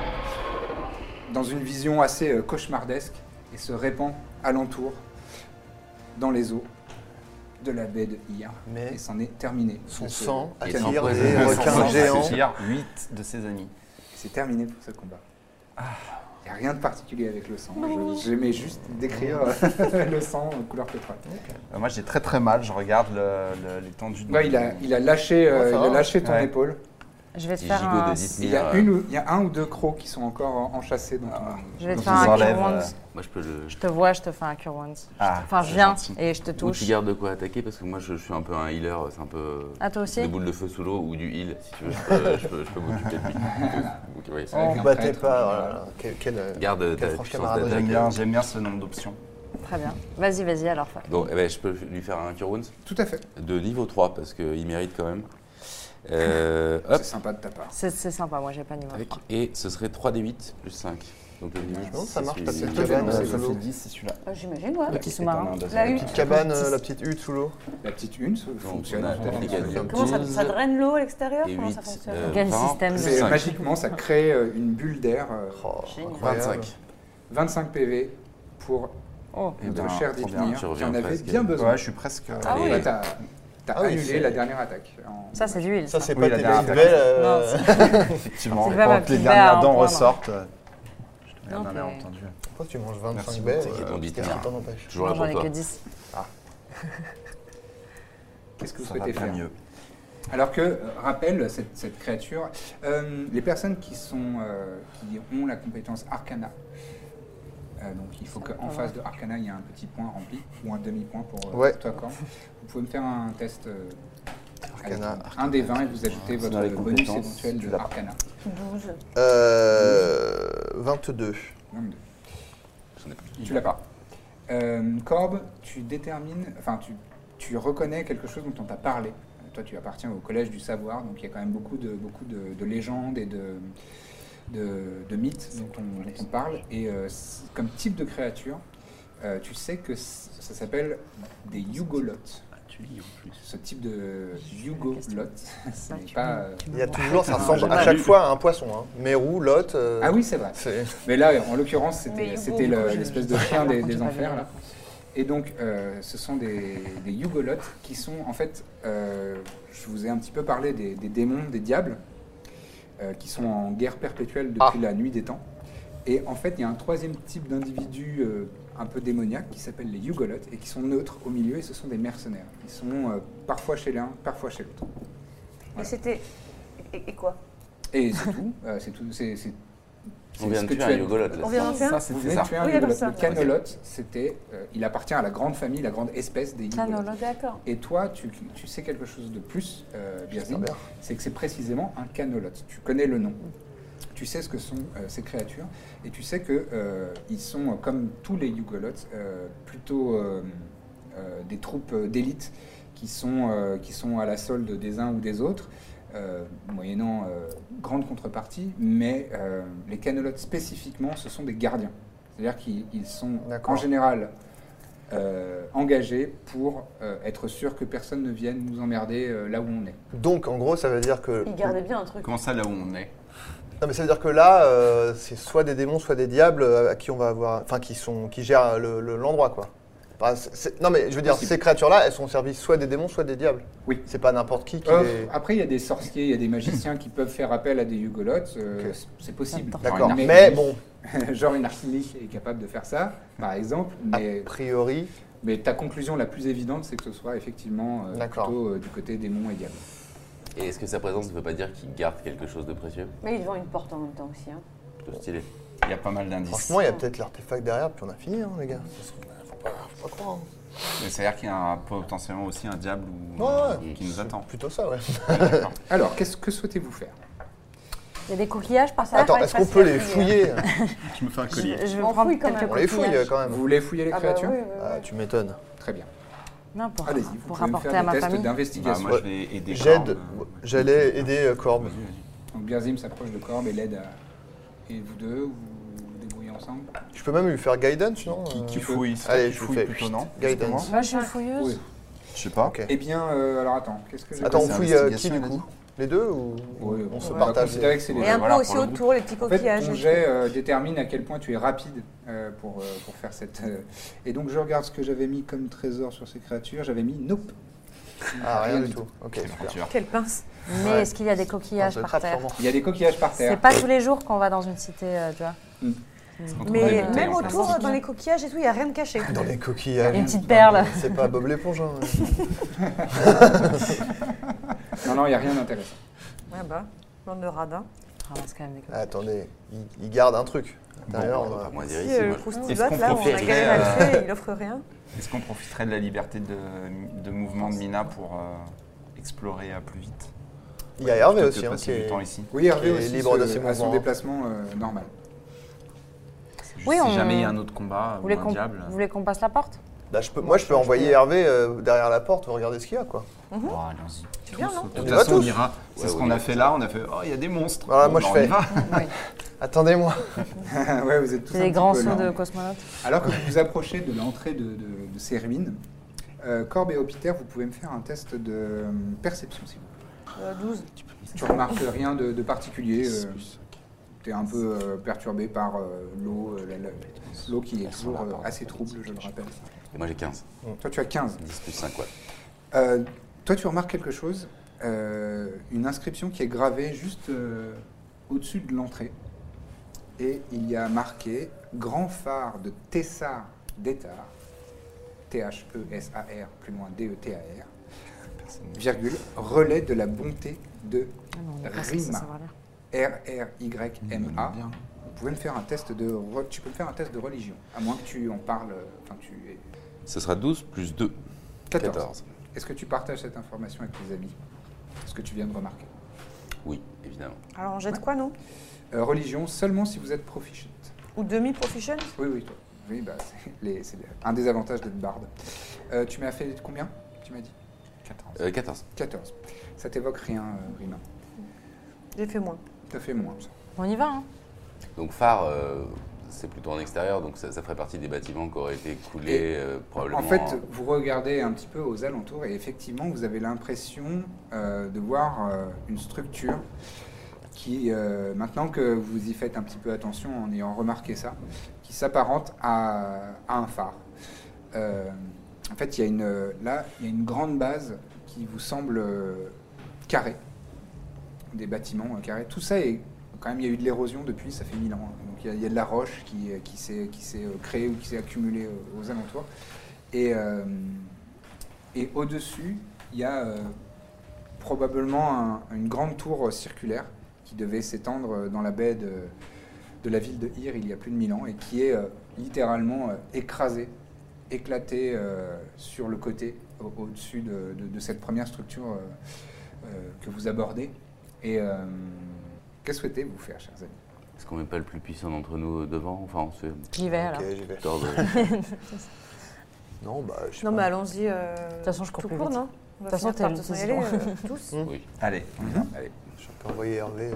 S1: dans une vision assez euh, cauchemardesque et se répand alentour dans les eaux de la baie de Hyar.
S5: Mais
S1: Et c'en est terminé. euh,
S5: Son
S1: de ce-
S5: sang
S6: Et
S5: attire
S6: son
S5: des
S6: poison.
S5: requins
S6: Son
S5: géants.
S3: 8 de ses amis.
S1: C'est terminé pour ce combat.
S5: Ah.
S1: Il n'y a rien de particulier avec le sang. Je- J'aimais juste décrire euh, le sang en couleur pétrole.
S3: Euh, Moi, j'ai très très mal. Je regarde le- le- l'étendue de
S1: Ouais, il, a, il a lâché, euh,
S5: Ouais, ça
S1: il a
S5: va.
S1: lâché ton
S3: Ouais.
S1: épaule.
S2: Je vais te
S6: Petit
S2: faire
S6: gigot
S2: un.
S6: de
S1: Il
S6: Dithmir,
S1: y, a
S6: euh,
S1: une ou- il y a un ou deux crocs qui sont encore en- enchâssés dans ton arme.
S2: Je vais te
S3: Donc,
S2: faire
S3: ils
S2: un
S3: enlèvent,
S2: cure wounds.
S6: euh, Moi, je peux le.
S2: Je te vois, je te fais un cure wounds.
S3: Ah,
S2: Enfin, je
S3: c'est
S2: viens
S3: gentil.
S2: et je te
S6: Ou tu
S2: touche.
S6: gardes de quoi attaquer parce que moi je, je suis un peu un healer, c'est un peu.
S2: Ah, toi aussi
S6: Des boules de feu sous l'eau ou du heal, si tu veux, je peux, je peux, je peux m'occuper de lui. Donc, ouais, c'est
S2: Oh.
S5: Vous
S6: vrai.
S1: un
S5: battez
S1: prêtre,
S5: pas. voilà, là. Quel, quel, euh,
S6: Garde
S5: quel
S6: ta
S5: franc
S6: puissance
S5: camarade.
S6: d'attaque.
S3: J'aime bien, j'aime bien ce nombre d'options.
S2: Très bien. Vas-y, vas-y, alors. fais-
S6: Donc eh ben, je peux lui faire un Cure Wounds
S1: Tout à fait.
S6: de niveau 3 parce qu'il mérite quand même. Euh, hop,
S1: C'est sympa de ta part.
S2: C'est c'est sympa, moi j'ai pas niveau.
S6: Avec-
S2: trois.
S6: et ce serait 3d8 plus 5. Donc le niveau
S5: Non,
S6: c'est
S5: ça marche pas.
S6: celui-
S5: Cette
S1: Toi,
S5: cabane,
S1: non,
S5: euh,
S1: c'est
S5: sous
S1: le
S5: l'eau.
S3: dit, c'est celui-là.
S2: Euh, J'imagine, ouais. Le petit sous-marin.
S3: La
S5: Petite cabane, euh, la petite hutte sous l'eau.
S1: La petite une ça fonctionne.
S6: on a
S1: Vraiment,
S6: attaqué à
S1: c'est-
S6: deux.
S4: Comment ça, ça
S6: 12
S4: draine l'eau à l'extérieur
S6: Et
S4: Comment ça
S6: 8.
S4: fonctionne
S6: euh,
S2: Quel
S6: 20,
S2: système de-
S6: plus
S1: c'est-
S6: cinq.
S1: Magiquement, ça crée euh, une bulle d'air. euh,
S5: Oh,
S2: Génial.
S5: incroyable.
S6: 25.
S1: 25 PV pour
S2: Oh.
S6: Eh
S1: de
S6: ben,
S1: cher
S6: trop bien,
S1: Dithmir.
S6: tu
S1: Tu
S6: reviens
S1: en avais
S6: presque.
S1: bien besoin.
S3: Ouais, je suis presque.
S6: Ah oui.
S1: Et là, t'as t'as
S5: Ah oui,
S1: annulé
S5: c'est-
S1: la dernière attaque. en-
S2: Ça, c'est de l'huile.
S5: Ça,
S2: Ça,
S5: c'est
S3: Oui,
S5: pas
S3: la
S5: tes
S3: dernière
S5: petites
S3: fois.
S5: belles. euh,
S3: Effectivement,
S2: C'est pas ma
S3: quand les
S2: petite baie à
S3: dernières dents
S2: reprendre.
S3: ressortent. euh, Je
S1: Eh
S3: te
S2: Non,
S1: ben,
S3: merde, bien
S2: mais-
S3: entendu.
S5: Pourquoi tu manges
S3: Merci
S5: 25
S3: beaucoup,
S5: baies
S3: c'est
S5: euh,
S6: ton dit,
S5: Qu'est-ce
S6: hein.
S5: qui t'en empêche
S6: Toujours là
S2: J'en ai
S6: pour
S2: que
S6: toi.
S2: 10.
S1: Qu'est-ce que vous
S3: Ça va
S1: souhaitez
S3: pas
S1: faire
S3: mieux.
S1: Alors que, euh, rappel, cette, cette créature, euh, les personnes qui, sont, euh, qui ont la compétence Arcana, euh, donc il faut qu'en face de Arcana, il y a un petit point rempli, ou un demi-point pour, euh,
S5: Ouais.
S1: pour toi, Corne. Vous pouvez me faire un test euh, avec
S5: Arcana,
S1: un des 20 et vous ajoutez
S3: Ah, C'est dans les
S1: votre bonus
S3: compétences,
S1: éventuel
S3: tu
S1: de
S3: l'as pas.
S1: Arcana.
S5: Euh, 22.
S1: 22. Tu l'as pas. Euh, Corbe, tu détermines, enfin tu, tu reconnais quelque chose dont on t'a parlé. Euh, Toi, tu appartiens au collège du savoir, donc il y a quand même beaucoup de, beaucoup de, de légendes et de, de, de mythes dont on, dont on parle. Et euh, c- comme type de créature, euh, tu sais que c- ça s'appelle des yugolotes. Ce type de yugolote, ce n'est pas. euh,
S5: Il y a toujours, ça ressemble à chaque fois à un poisson. Hein. Mérou, lot. euh,
S1: Ah oui, c'est vrai.
S5: c'est-
S1: Mais là, en l'occurrence, c'était
S4: Mais
S1: c'était
S4: bon,
S1: le-
S4: je-
S1: l'espèce de chien des,
S2: Par contre,
S1: des
S2: j'ai pas vu
S1: enfers.
S2: la
S1: Là. Et donc, euh, ce sont des, des yugolotes qui sont, en fait, euh, je vous ai un petit peu parlé des, des démons, des diables, euh, qui sont en guerre perpétuelle depuis la nuit des temps. Et en fait, il y a un troisième type d'individus euh, un peu démoniaques qui s'appellent les yugolotes et qui sont neutres au milieu et ce sont des mercenaires. Ils sont euh, parfois chez l'un, parfois chez l'autre.
S4: Et c'était. Et, et quoi
S1: Et c'est tout. euh, c'est tout. C'est c'est-
S6: On vient
S1: ce
S6: de
S1: que
S6: tuer
S1: tu
S6: un
S1: as-
S6: yugolote, là. On vient de tuer un-
S1: Ça, c'était
S6: Oui,
S1: ça.
S6: d'accord, ça.
S1: Un yugolote.
S6: ça.
S1: Le canolote, c'était, euh, il appartient à la grande famille, la grande espèce des yugolotes.
S2: Canolote. D'accord.
S1: Et toi, tu, tu sais quelque chose de plus, euh, Birzim,
S5: J'espère bien.
S1: c'est que c'est précisément un canolote. Tu connais le nom. Tu sais ce que sont euh, ces créatures et tu sais que euh, ils sont, euh, comme tous les yugolotes, euh, plutôt euh, euh, des troupes euh, d'élite qui, sont, euh, qui sont à la solde des uns ou des autres, euh, moyennant euh, grande contrepartie, mais euh, les canolotes spécifiquement, ce sont des gardiens. C'est-à-dire qu'ils ils sont en général euh, engagés pour euh, être sûr que personne ne vienne nous emmerder euh, là où on est.
S5: Donc, en gros, ça veut dire que.
S4: Il gardait bien un truc.
S3: Comment ça, là où on est
S5: Non, mais ça veut dire que là, euh, c'est soit des démons, soit des diables euh, à qui on va avoir, enfin qui sont, qui gèrent euh, le- le- l'endroit, quoi. Enfin, c'est- c'est- non, mais je veux dire,
S1: Possible.
S5: ces créatures-là, elles sont servies soit des démons, soit des diables.
S1: Oui.
S5: C'est pas n'importe qui qui
S1: Euh,
S5: les.
S1: Après, il y a des sorciers, il y a des magiciens qui peuvent faire appel à des hugolotes, euh, c- c'est possible.
S5: D'accord. Mais bon.
S1: Genre une archélique est capable de faire ça, par exemple. Mais, a
S5: priori.
S1: Mais ta conclusion la plus évidente, c'est que ce soit effectivement euh, plutôt euh, du côté démon et diable.
S6: Et est-ce que sa présence ne veut pas dire qu'il garde quelque chose de précieux
S10: Mais ils vend une porte en même temps aussi. Hein.
S6: Plutôt stylé. Il y a pas mal d'indices.
S5: Franchement, il y a peut-être l'artefact derrière, puis on a fini, hein, les gars. Ça se trouve, Faut pas, faut pas croire. hein.
S3: Mais ça veut dire qu'il y a un- potentiellement aussi un diable ou-
S5: Ouais, ouais.
S3: qui nous attend.
S5: Plutôt ça, ouais.
S1: Alors, qu'est-ce que souhaitez-vous faire
S2: Il y a des coquillages par terre.
S5: Attends,
S2: il
S5: est-ce qu'on
S2: reste
S5: peut
S2: la
S5: les
S2: fouiller.
S5: fouiller
S3: Je me fais un
S2: collier. Je- je vais
S5: On
S2: prendre
S5: fouille quand
S2: quelques
S5: même. On les fouille
S2: coquillages.
S5: euh, quand même.
S1: Vous voulez fouiller les
S2: Ah bah
S1: créatures
S2: oui, oui, oui.
S5: Ah, tu m'étonnes.
S1: Très bien.
S2: N'importe.
S1: Allez-y, vous
S2: Pour
S1: pouvez me
S2: rapporter
S1: faire
S2: à
S1: des
S2: ma
S1: tests
S2: famille.
S1: d'investigation.
S3: Bah, moi, je vais aider
S5: J'aide-
S3: Corbe.
S5: J'allais aider euh, Corbe.
S1: Donc, Birzim s'approche de Corbe et l'aide à. Et vous deux, vous vous débrouillez ensemble
S5: Je peux même lui faire guidance, non
S1: Qui- qui
S5: euh,
S1: fouille, c'est toi
S5: Allez,
S1: qui
S5: je
S1: fouille
S5: fais
S1: plutôt,
S5: chut,
S1: non
S5: Guidance.
S1: Moi,
S2: je suis une fouilleuse.
S1: Oui.
S3: Je sais pas.
S1: Eh bien, euh, alors attends, qu'est-ce que j'ai
S5: Attends, on
S1: C'est
S5: fouille euh, qui
S1: investigation,
S5: du
S1: il a
S5: coup
S1: dit
S5: Les deux ou
S1: Oui,
S5: on se
S1: va
S5: partage
S1: considérer bah, que c'est les
S4: Et
S1: deux.
S4: un peu aussi
S1: pour le
S4: autour, les petits
S1: En fait,
S4: coquillages.
S1: ton jet euh, détermine à quel point tu es rapide euh, pour, euh, pour faire cette. euh, Et donc, je regarde ce que j'avais mis comme trésor sur ces créatures. J'avais mis nope.
S5: Ah, rien du tout. Ok, super.
S4: Quelle pince.
S2: Mais
S1: Ouais.
S2: est-ce qu'il y a des coquillages par terre
S1: Il y a des coquillages par terre.
S2: C'est pas tous les jours qu'on va dans une cité, euh, tu vois.
S1: Mm.
S4: Mais même autour, dans les coquillages et tout, il n'y a rien de caché.
S5: Ah, Dans les coquillages.
S2: Une petite perle.
S5: C'est pas Bob l'éponge. hein.
S1: Non, non, il n'y a rien d'intéressant.
S4: Ouais, bah, on de radin.
S5: Ah, attendez, il, il garde un truc.
S3: Bon,
S5: D'ailleurs,
S3: on va
S6: bah,
S3: pas moins dire ici,
S4: Si, euh, le
S3: moi.
S4: Krusty
S3: Est-ce
S4: Bat,
S3: qu'on
S4: là, on a
S3: profiterait,
S4: galéré à le
S3: euh,
S4: tuer, il offre rien.
S3: Est-ce qu'on profiterait de la liberté de, de mouvement de Mina pour euh, explorer euh, plus vite
S5: Il y a Hervé
S3: Plutôt que
S5: aussi,
S3: de
S5: hein,
S3: passer
S5: qui
S3: du
S5: est-
S3: temps ici.
S1: Oui, Hervé
S5: Et
S1: aussi
S5: libre
S1: se-
S5: de ses
S1: à son
S5: mouvements.
S1: déplacement euh, normal.
S2: Oui,
S3: si
S2: on-
S3: jamais il y a un autre combat
S2: Vous
S3: ou
S2: voulez
S3: un
S2: qu'on-
S3: diable.
S2: vous voulez qu'on passe la porte
S5: Bah, je peux, moi, je peux envoyer Hervé euh, derrière la porte, regarder ce qu'il y a, quoi.
S2: Mhm.
S3: Oh, allons-y.
S4: C'est bien, non
S3: De
S5: On
S3: toute
S5: y va
S3: façon, on
S5: tous.
S3: ira. C'est
S5: Ouais,
S3: ce
S5: ouais,
S3: qu'on a
S5: ouais.
S3: fait là. On a fait. Oh, il y a des monstres.
S5: Voilà, moi,
S3: Bon,
S5: je
S3: bah, on y
S5: fais.
S3: va.
S5: Attendez-moi.
S1: ouais, vous êtes tous
S2: C'est
S1: un
S2: des
S1: petit
S2: grands
S1: peu
S2: sauts
S1: lents.
S2: de cosmonautes.
S1: Alors que vous vous approchez de l'entrée de, de- de ces ruines, euh, Corbe et Hopiter, vous pouvez me faire un test de euh, perception, s'il vous plaît.
S4: Euh, 12.
S1: Tu remarques rien de, de particulier. tu es un peu euh, perturbé par euh, l'eau, euh, la- la- l'eau qui est toujours euh, assez trouble, je le rappelle.
S6: Et moi j'ai 15.
S1: Toi, tu as 15.
S6: 10 plus 5, ouais.
S1: Euh, toi, tu remarques quelque chose, euh, une inscription qui est gravée juste euh, au-dessus de l'entrée. Et il y a marqué Grand phare de Tessar d'Etar, E T-H-E-S-A-R, plus loin E D-E-T-A-R, virgule, relais de la bonté de
S2: Ah
S7: Ah
S2: on est pas censé
S1: Rima.
S2: savoir lire.
S1: R-R-Y-M-A. Vous pouvez me faire un test de, re- tu peux me faire un test de religion, à moins que tu en parles, euh, enfin que tu aies-
S6: Ce sera 12 plus 2.
S1: 14. Est-ce que tu partages cette information avec tes amis Ce que tu viens de remarquer.
S6: Oui, évidemment.
S4: Alors, on jette quoi, non
S1: Euh, religion seulement si vous êtes proficient.
S4: Ou demi-proficient
S1: Oui, oui, toi. Oui, bah, c'est les- c'est un des avantages d'être barde. Euh, tu m'as fait combien Tu m'as dit 14.
S6: Euh, 14.
S1: 14. Ça t'évoque rien, euh, Rima.
S4: J'ai fait moins.
S1: T'as fait moins, ça.
S2: On y va, hein
S6: Donc phare, euh, c'est plutôt en extérieur, donc ça, ça ferait partie des bâtiments qui auraient été coulés euh, probablement.
S1: En fait, vous regardez un petit peu aux alentours et effectivement, vous avez l'impression euh, de voir euh, une structure qui, euh, maintenant que vous y faites un petit peu attention en ayant remarqué ça, qui s'apparente à, à un phare. Euh, en fait, il y a une, euh, là, il y a une grande base qui vous semble euh, carrée, des bâtiments euh, carrés. Tout ça est quand même, il y a eu de l'érosion depuis, ça fait 1000 ans. hein. Donc il y a- il y, a de la roche qui, euh, qui s'est qui s'est, euh, créée ou qui s'est accumulée euh, aux alentours. Et, euh, et au-dessus, il y a euh, probablement un- une grande tour euh, circulaire qui devait s'étendre euh, dans la baie de, de la ville de Hyr il y a plus de 1000 ans et qui est euh, littéralement euh, écrasée, éclatée euh, sur le côté au- au-dessus de, de- de cette première structure euh, euh, que vous abordez. Et euh, qu'est-ce que souhaitez-vous faire, chers amis
S6: Est-ce qu'on met pas le plus puissant d'entre nous euh, devant Enfin, on se.
S2: J'y vais, Ah alors.
S5: j'y vais.
S6: Tord, euh,
S5: Non, bah, je sais
S4: Non,
S5: pas.
S4: mais allons-y. euh,
S2: De toute façon, je cours
S4: tout
S2: plus
S4: court,
S2: vite.
S4: non On
S2: De
S4: va
S2: toute façon,
S4: finir par
S2: t'es
S4: de toute façon
S2: le
S4: y aller,
S2: président.
S4: euh, tous.
S5: Hmm.
S6: Oui.
S1: Allez. Allez.
S5: Je peux envoyer Hervé. euh,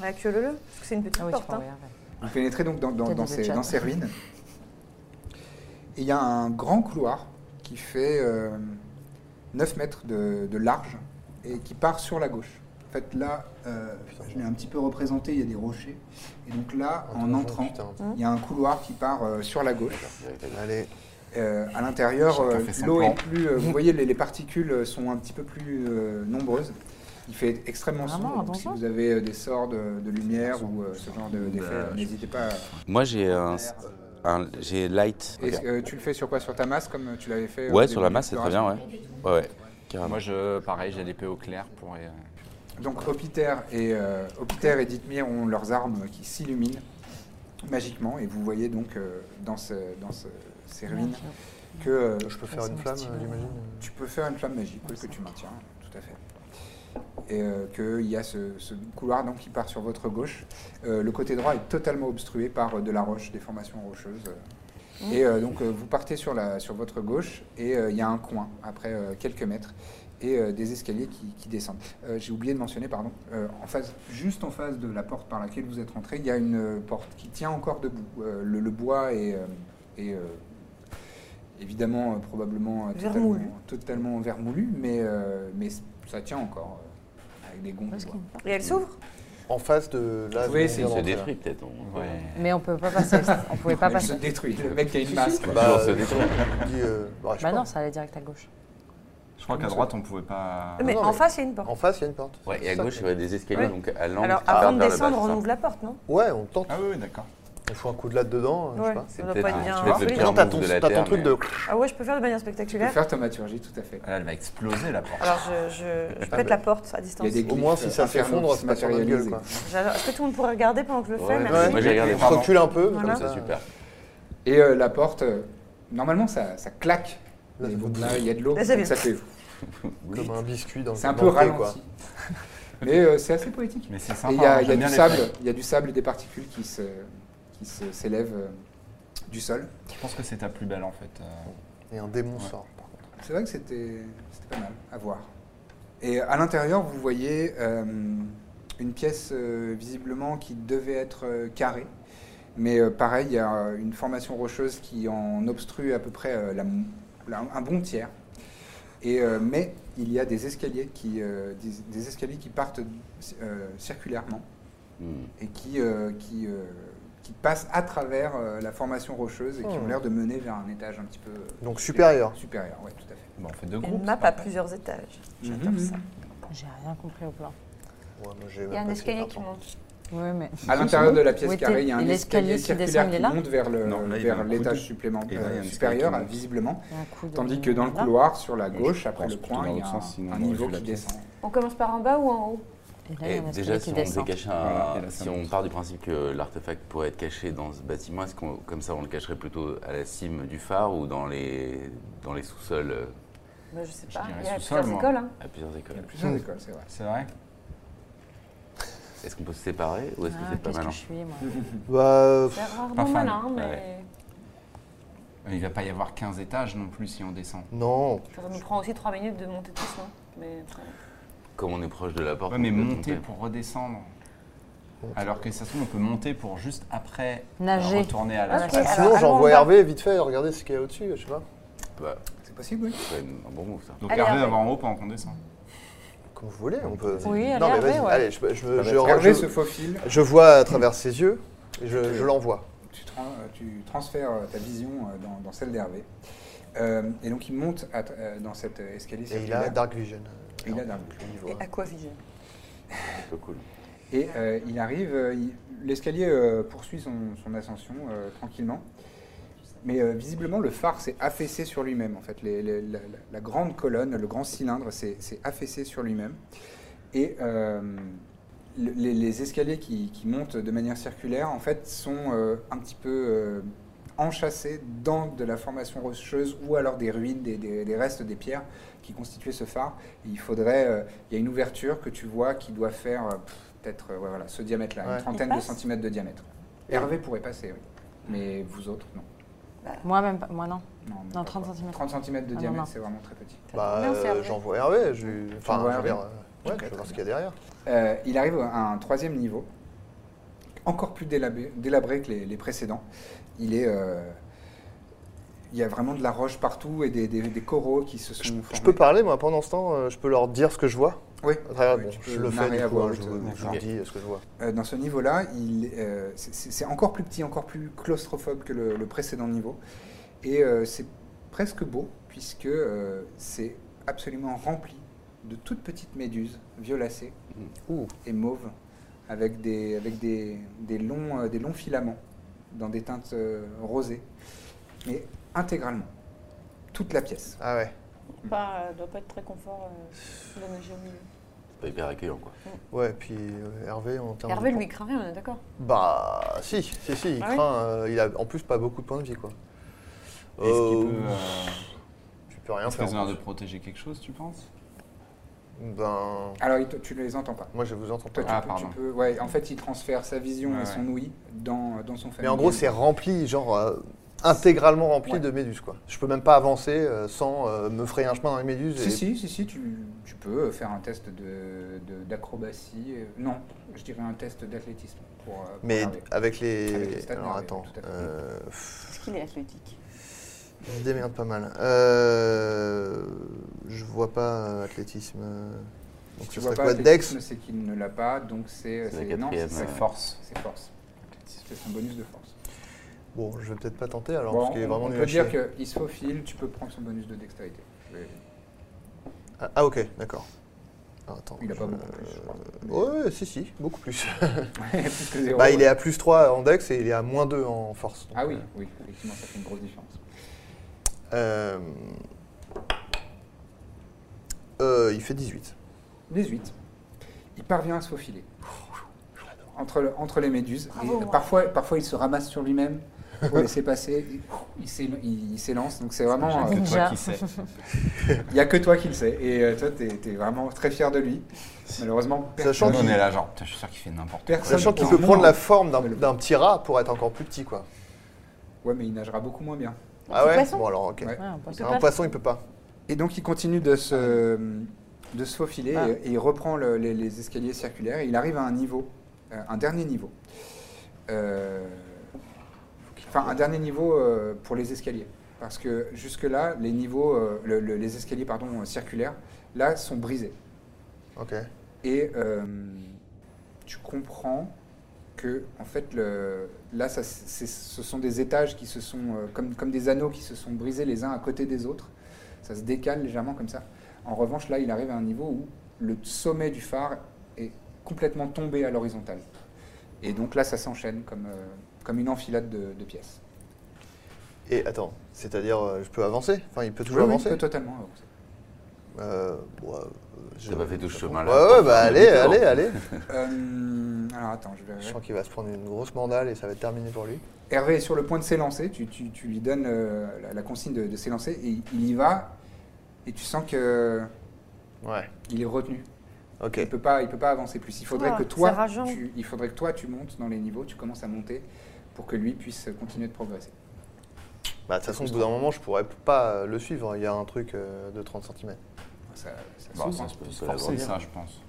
S4: Ouais, le le parce que c'est une petite
S2: Ah oui, tu
S4: porte.
S2: peux
S4: hein.
S2: envoyer un verre.
S1: Vous pénétrez donc dans, dans-
S2: T'as
S1: dans
S2: des
S1: ces,
S2: chats.
S1: dans ces ruines. Et il y a un grand couloir qui fait euh, 9 mètres de, de large et qui part sur la gauche. En fait, là, euh, je l'ai un petit peu représenté, il y a des rochers. Et donc là,
S8: Oh,
S1: en entrant, il y a un couloir qui part euh, sur la gauche.
S5: eh ben, Allez,
S1: Euh, à l'intérieur,
S3: Chacun
S1: euh,
S3: fait son
S1: l'eau est
S3: plan.
S1: plus. euh, vous voyez, les, les particules euh, sont un petit peu plus euh, nombreuses. Il fait extrêmement
S2: Vraiment,
S1: sombre.
S2: un
S1: Donc, si
S2: donjon
S1: vous avez euh, des sorts de, de lumière ou euh, ce genre de- d'effet,
S8: Bah, je-
S1: n'hésitez pas. à-
S6: Moi, j'ai un,
S4: euh,
S6: un- j'ai light.
S1: Et euh, tu le fais sur quoi Sur ta masse, comme euh, tu l'avais fait euh, au
S6: Ouais,
S1: début
S6: sur la
S1: de
S6: masse, c'est très bien,
S1: l'exploration
S6: ouais. Ouais, ouais. Carrément.
S8: Moi, je, pareil, j'ai l'épée au clair pour. euh,
S1: Donc Hopiter et, euh, Hopiter et Dithmir ont leurs armes qui s'illuminent magiquement, et vous voyez donc euh, dans, ce- dans ce- ces ruines que euh,
S5: je peux faire une flamme, euh, j'imagine.
S1: tu peux faire une flamme magique, oui, que tu maintiens, tout à fait. Et qu'il y a ce, ce couloir donc, qui part sur votre gauche. Euh, le côté droit est totalement obstrué par euh, de la roche, des formations rocheuses.
S5: Mmh.
S1: euh. Et euh, donc euh, vous partez sur, la, sur votre gauche et euh, il y a un coin après euh, quelques mètres et euh, des escaliers qui, qui descendent. Euh, J'ai oublié de mentionner, pardon, euh, en face, juste en face de la porte par laquelle vous êtes rentré, il y a une euh, porte qui tient encore debout. Euh, le, le bois est, euh, est, euh, évidemment euh, probablement euh, totalement,
S4: Vermoulu.
S1: totalement vermoulu, mais, euh, mais ça tient encore euh, avec des gonds. de bois.
S4: Et elle s'ouvre
S5: En face de là.
S1: Vous pouvez
S5: d'où on
S1: essayer
S5: vient
S1: de
S6: se
S5: d'entrer,
S6: détruit peut-être. on-
S8: Ouais.
S7: Mais on peut pas passer. On pouvait pas
S1: Elle se
S7: passer.
S1: détruit. Le mec a une masse.
S5: là.
S1: quoi.
S5: Bah,
S6: Toujours se
S5: euh,
S6: détruire.
S5: je me dis, euh, bah, je sais
S7: Bah
S5: pas.
S7: non, ça allait direct à gauche.
S8: Je crois qu'à droite, on pouvait pas.
S4: Mais
S5: non,
S4: en
S5: mais-
S4: face, il y a une porte.
S5: En face, il y a une porte.
S6: Ouais, et
S5: C'est
S6: à
S5: ça
S6: gauche,
S5: que-
S6: il y a des escaliers,
S4: Ouais.
S6: donc à l'angle.
S4: Alors,
S6: qui part
S4: avant de
S6: vers le bas,
S4: descendre,
S6: c'est ça
S4: on ouvre la porte, non
S5: Ouais, on tente.
S8: Ah oui, oui, d'accord.
S5: On fout un coup de latte dedans. euh, je sais
S4: Ouais,
S5: pas.
S4: ça
S6: C'est
S4: doit
S6: peut-être
S4: pas
S6: le-
S4: être bien.
S6: c'est peut-être le
S4: joli.
S6: pire
S5: Quand t'as
S6: move
S5: ton,
S6: de la
S5: t'as ton
S6: Terre,
S5: truc
S6: mais- euh,
S5: de.
S4: Ah ouais, je peux faire de manière spectaculaire.
S1: Faire thaumaturgie, tout à fait.
S8: Ah, là, elle va exploser la porte.
S4: Alors, je, je, je pète la porte à
S1: Il y
S4: distance.
S1: a des
S5: Au
S1: glyphes,
S5: moins, si ça
S1: euh, infernaux
S5: s'effondre,
S1: qui se
S5: c'est pas sur notre gueule.
S1: matérialisent.
S5: Quoi.
S4: J'adore. Est-ce que tout le monde pourrait regarder pendant que je le
S6: Ouais,
S4: fais
S6: ouais.
S4: Merci.
S6: Moi, j'ai regardé.
S5: On recule un peu,
S4: Voilà.
S5: comme
S6: C'est
S5: ça.
S6: super.
S1: Et euh, la porte, euh, normalement, ça, ça claque.
S5: Là,
S1: Mais
S5: ça
S1: bon,
S5: fait-
S1: là, il y a de l'eau,
S4: Là, ça
S1: donc ça fait.
S5: Comme un biscuit dans le
S1: C'est un peu
S5: dans le thé,
S1: ralenti. Mais euh, c'est assez poétique.
S8: Mais c'est
S1: Et
S8: sympa.
S1: il y a,
S8: hein,
S1: il y a
S8: j'aime
S1: du
S8: bien les
S1: sable,
S8: feuilles.
S1: il y a du sable et des particules qui se, qui se- s'élèvent euh, du sol.
S8: Je pense que c'est ta plus belle en fait. euh.
S5: Et un démon sort. par contre.
S1: C'est vrai que c'était, c'était pas mal à voir. Et à l'intérieur, vous voyez euh, une pièce euh, visiblement qui devait être euh, carrée. Mais euh, pareil, il y a euh, une formation rocheuse qui en obstrue à peu près euh, la m- la- un bon tiers. Et, euh, mais il y a des escaliers qui, euh, des, des escaliers qui partent euh, circulairement.
S6: Hmm.
S1: et qui, euh, qui, euh, qui passent à travers euh, la formation rocheuse et qui ont
S5: Hmm.
S1: l'air de mener vers un étage un petit peu euh,
S5: Donc supérieur.
S1: supérieur, ouais, tout à fait.
S8: Bon, Bah, on fait deux groupes.
S4: Une map
S8: c'est
S4: à
S8: parfait.
S4: plusieurs étages.
S1: J'adore ça.
S7: J'ai rien compris au plan.
S5: Ouais, moi, j'ai
S10: Il y
S5: même
S10: a un
S5: pas essayé,
S10: escalier
S5: par
S10: qui
S5: contre.
S10: monte.
S7: Oui, mais.
S1: À l'intérieur de la pièce
S7: Où était-
S1: carrée, il y a un
S7: et l'escalier
S1: escalier
S7: qui
S1: circulaire
S7: descend, il
S1: qui,
S7: est là
S1: monte vers le
S8: Non, là, il y a
S1: vers
S8: un coude.
S1: l'étage supplément-
S8: Et là, il y a
S1: euh,
S8: un escalier
S1: supérieur,
S8: qui
S1: euh,
S8: monte.
S1: visiblement.
S7: Il y a un coup de-
S1: Tandis que dans le
S7: là.
S1: couloir, sur la
S8: Je
S1: gauche, après
S8: pense
S1: le
S8: plutôt dans
S1: coin, il y a
S8: l'autre
S1: un,
S8: sens, sinon
S1: un
S8: on aurait
S1: niveau
S8: vu la
S1: qui
S8: pièce.
S1: descend.
S10: On commence par en bas ou en haut
S7: Et là, il y
S6: Et
S7: a un
S6: Eh, déjà,
S7: escalier
S6: si
S7: qui
S6: on,
S7: descend.
S6: devait cacher un-
S8: Voilà, et là, ça
S6: si on
S8: monte.
S6: part du principe que l'artefact pourrait être caché dans ce bâtiment, est-ce qu'on, comme ça, on le cacherait plutôt à la cime du phare ou dans les, dans les sous-sols euh,
S10: Bah, Je sais pas.
S8: dirais
S10: Il y a
S8: sous-sol,
S10: plusieurs
S8: moi.
S10: écoles. hein.
S6: à plusieurs écoles
S1: Il y a plusieurs écoles, c'est vrai.
S8: C'est vrai.
S6: Est-ce qu'on peut se séparer ou est-ce que
S7: Ah,
S6: c'est pas
S7: Qu'est-ce
S6: malin
S7: que je suis, moi
S5: Bah, pff,
S10: C'est
S8: Pas
S10: rarement
S8: fan.
S10: malin, mais
S8: Ouais. Il va pas y avoir 15 étages non plus si on descend.
S5: non.
S10: ça nous prend aussi 3 minutes de monter tous, non Mais après,
S6: Comme on est proche de la porte,
S8: Ouais,
S6: on
S8: mais
S6: peut
S8: monter
S6: monter.
S8: pour redescendre. Alors que ça se trouve, on peut monter pour juste après euh,
S7: Nager.
S8: retourner à la
S4: Ok.
S8: salle.
S4: Alors,
S5: Sinon,
S4: allons en
S5: j'envoie
S4: bas.
S5: Hervé vite fait regarder ce qu'il y a au-dessus, je sais pas.
S6: Bah,
S1: C'est possible, oui.
S6: c'est un bon move ça.
S8: Donc
S10: Allez,
S8: Hervé
S10: Hervé.
S8: va en haut pendant qu'on descend.
S5: Comme vous voulez, on peut.
S7: Oui, allez,
S5: non, mais
S7: Hervé,
S5: vas-y,
S7: ouais.
S5: allez, je, je, je, je-
S1: Hervé
S5: je-
S1: se faufile,
S5: je vois à travers ses yeux et je, je l'envoie.
S1: tu, tran- euh, tu transfères euh, ta vision euh, dans, dans celle d'Hervé. Euh, et donc il monte à tra- euh, dans cet euh, escalier
S5: Et il
S1: circulaire.
S5: a Dark Vision.
S1: Et il a Dark Vision.
S5: Il voit.
S4: Et Aquavision.
S6: C'est plutôt cool.
S1: Et euh, il arrive, euh, il- l'escalier euh, poursuit son, son ascension euh, tranquillement. Mais euh, visiblement, le phare s'est affaissé sur lui-même. En fait, Les- les- la, la- la grande colonne, le grand cylindre s'est s'est affaissé sur lui-même. Et euh, le- les, les escaliers qui, qui montent de manière circulaire, en fait, sont euh, un petit peu euh, enchâssés dans de la formation rocheuse ou alors des ruines, des, des- des restes des pierres qui constituaient ce phare. Et il faudrait, euh, il y a une ouverture que tu vois qui doit faire euh, pff, peut-être euh, ouais, voilà, ce diamètre-là,
S5: Ouais.
S1: une
S5: Il
S1: trentaine de
S5: passe
S1: centimètres de diamètre. Hervé pourrait passer, oui. Mais vous autres, non.
S7: Moi, même pas. Moi, non.
S1: Non, mais
S7: Non,
S1: pas
S7: 30 cm.
S1: 30 cm de
S7: Ah, non,
S1: diamètre,
S7: non.
S1: c'est vraiment très petit.
S5: Bah,
S1: combien, c'est
S5: euh,
S1: Hervé
S5: j'envoie Hervé. Je... lui- Enfin,
S1: J'envoie
S5: je veux
S1: Hervé.
S5: dire, euh, ouais, je vais voir ce qu'il y a derrière.
S1: Euh, il arrive à un troisième niveau, encore plus délabé- délabré que les, les précédents. Il est, euh, il y a vraiment de la roche partout et des, des- des coraux qui se sont
S5: Je
S1: formés.
S5: peux parler, moi, pendant ce temps, euh, je peux leur dire ce que je vois
S1: Oui.
S5: À travers-
S1: Oui,
S5: bon,
S1: tu peux
S5: je le fais,
S1: narrer
S5: du
S1: à
S5: coup,
S1: voix
S5: hein, je
S1: haute,
S5: vous
S1: euh,
S5: je vous
S1: d'accord.
S5: dis euh, ce que je vois.
S1: Euh, dans ce niveau-là, il, euh, c'est- c'est c'est encore plus petit, encore plus claustrophobe que le, le précédent niveau. Et euh, c'est presque beau, puisque euh, c'est absolument rempli de toutes petites méduses violacées
S5: Mmh.
S1: et mauves, avec des, avec des, des longs, euh, des longs filaments, dans des teintes euh, rosées, mais intégralement. Toute la pièce.
S5: Ah ouais.
S10: Pas, euh, doit pas être très confort euh, de nager au milieu.
S6: C'est pas hyper accueillant, quoi.
S5: Ouais, puis euh, Hervé, en termes
S10: Hervé,
S5: de...
S10: lui, il craint rien, on est d'accord
S5: Bah, si, si, si, il
S10: Ah ouais
S5: craint. euh, il a en plus pas beaucoup de points de vie, quoi.
S8: Est-ce qu'il
S5: Euh,
S8: peut. euh,
S5: Tu peux rien
S8: est-ce qu'il
S5: faire. hein.
S8: a besoin
S5: en
S8: de
S5: plus.
S8: protéger quelque chose, tu penses
S5: Ben.
S1: Alors, il te- tu ne les entends pas.
S5: Moi, je vous entends
S1: Toi,
S5: pas.
S1: tu, peux, tu peux- ouais, en fait, il transfère sa vision
S5: Ah, Ouais,
S1: et son ouïe dans, dans son
S5: Mais
S1: familier.
S5: en gros, c'est rempli, genre euh, intégralement rempli
S1: Ouais.
S5: de méduses, quoi. Je peux même pas avancer euh, sans euh, me frayer un chemin dans les méduses.
S1: Si,
S5: et-
S1: si, si, si, tu, tu peux faire un test de- de- d'acrobatie. euh, non, je dirais un test d'athlétisme. pour, euh, pour
S5: Mais
S1: Hervé.
S5: avec les.
S1: Avec les stats
S5: Alors
S1: d'Hervé,
S5: attends.
S1: tout à fait.
S5: euh, pff,
S10: Est-ce qu'il est athlétique
S5: je démerde pas mal. Euh, Je vois pas euh, athlétisme. euh, Donc,
S1: Tu
S5: ce
S1: vois
S5: serait
S1: pas
S5: quoi Dex
S1: athlétisme, C'est qu'il ne l'a pas, donc c'est.
S6: C'est la
S1: c'est- non,
S6: quatrième,
S1: c'est
S6: euh,
S8: force.
S1: C'est force. C'est son bonus de force.
S5: Bon, je vais peut-être pas tenter alors,
S1: Bon,
S5: parce qu'il est
S1: on-
S5: vraiment
S1: on
S5: nul
S1: peut
S5: à
S1: dire
S5: chier.
S1: qu'il se faufile, tu peux prendre son bonus de dextérité.
S5: Ah, ah, ok, d'accord. Alors, attends,
S1: Il a
S5: je-
S1: pas beaucoup plus, je crois.
S5: Ouais, si, si, beaucoup plus.
S1: plus que zéro,
S5: bah, il
S1: ouais.
S5: est à plus 3 en dex et il est à moins 2 en force. donc,
S1: Ah oui,
S5: euh,
S1: oui, effectivement, ça fait une grosse différence.
S5: Euh, euh, il fait 18.
S1: 18. Il parvient à se faufiler. Entre, le- entre les méduses.
S5: Bravo,
S1: et
S5: moi.
S1: parfois, parfois, il se ramasse sur lui-même pour laisser passer. Il- Il s'él- il il s'élance. Donc, c'est vraiment.
S8: J'ai que toi
S1: euh,
S8: qui sais.
S1: Il n'y a que toi qui le sais. Et euh, toi, tu es, vraiment très fier de lui. Malheureusement,
S5: Sachant
S8: On
S5: qu'il-
S8: est là, genre, putain, je suis sûr qu'il fait n'importe quoi.
S1: Personne
S5: Sachant qu'il
S1: pour
S5: peut
S1: un
S5: prendre la
S1: moment.
S5: forme d'un- d'un petit rat pour être encore plus petit, quoi.
S1: Ouais, mais il nagera beaucoup moins bien.
S5: Ah ouais Bon, alors, ok.
S1: Ouais.
S5: un,
S1: poisson.
S5: poisson.
S1: Il peut pas.
S5: il peut pas.
S1: Et donc, il continue de se, de se faufiler
S5: Ah.
S1: et, et il reprend le- les, les escaliers circulaires. Et il arrive à un niveau, euh, un dernier niveau. Euh, Enfin, un dernier niveau euh, pour les escaliers. Parce que jusque-là, les niveaux, euh, le- le- les escaliers pardon, euh, circulaires, là, sont brisés.
S5: Ok.
S1: Et euh, tu comprends que, en fait, le, là, ça, c'est- ce sont des étages qui se sont, euh, comme, comme des anneaux qui se sont brisés les uns à côté des autres. Ça se décale légèrement comme ça. En revanche, là, il arrive à un niveau où le sommet du phare est complètement tombé à l'horizontale. Et donc là, ça s'enchaîne comme, euh, comme une enfilade de- de pièces.
S5: Et attends, c'est-à-dire, euh, je peux avancer Enfin, il peut toujours
S1: Oui, oui,
S5: avancer
S1: peut totalement avancer.
S5: Euh, bon, euh, je-
S6: T'as pas fait tout ce
S5: bon.
S6: chemin-là.
S5: Ouais, ouais,
S6: pour
S5: bah
S6: faire
S5: allez,
S6: demi-tour.
S5: allez, allez.
S1: Euh, alors attends, je vais.
S5: Je sens qu'il va se prendre une grosse mandale et ça va être terminé pour lui.
S1: Hervé est sur le point de s'élancer. Tu, tu- tu lui donnes euh, la, la consigne de, de s'élancer et il- il y va. Et tu sens que
S5: Ouais.
S1: il est retenu.
S5: Ok.
S1: Il peut pas, il peut pas avancer plus. Il faudrait
S4: Ah,
S1: que toi,
S4: c'est rageant.
S1: tu, il faudrait que toi tu montes dans les niveaux, tu commences à monter pour que lui puisse continuer de progresser.
S5: Bah, de toute façon, au bout d'un moment, je pourrais pas euh, le suivre. Il y a un truc euh, de 30 cm.
S1: Ça, ça
S8: Bon,
S1: s'ouvre.
S8: ça se peut se forcer,
S5: hein.
S8: ça, je pense.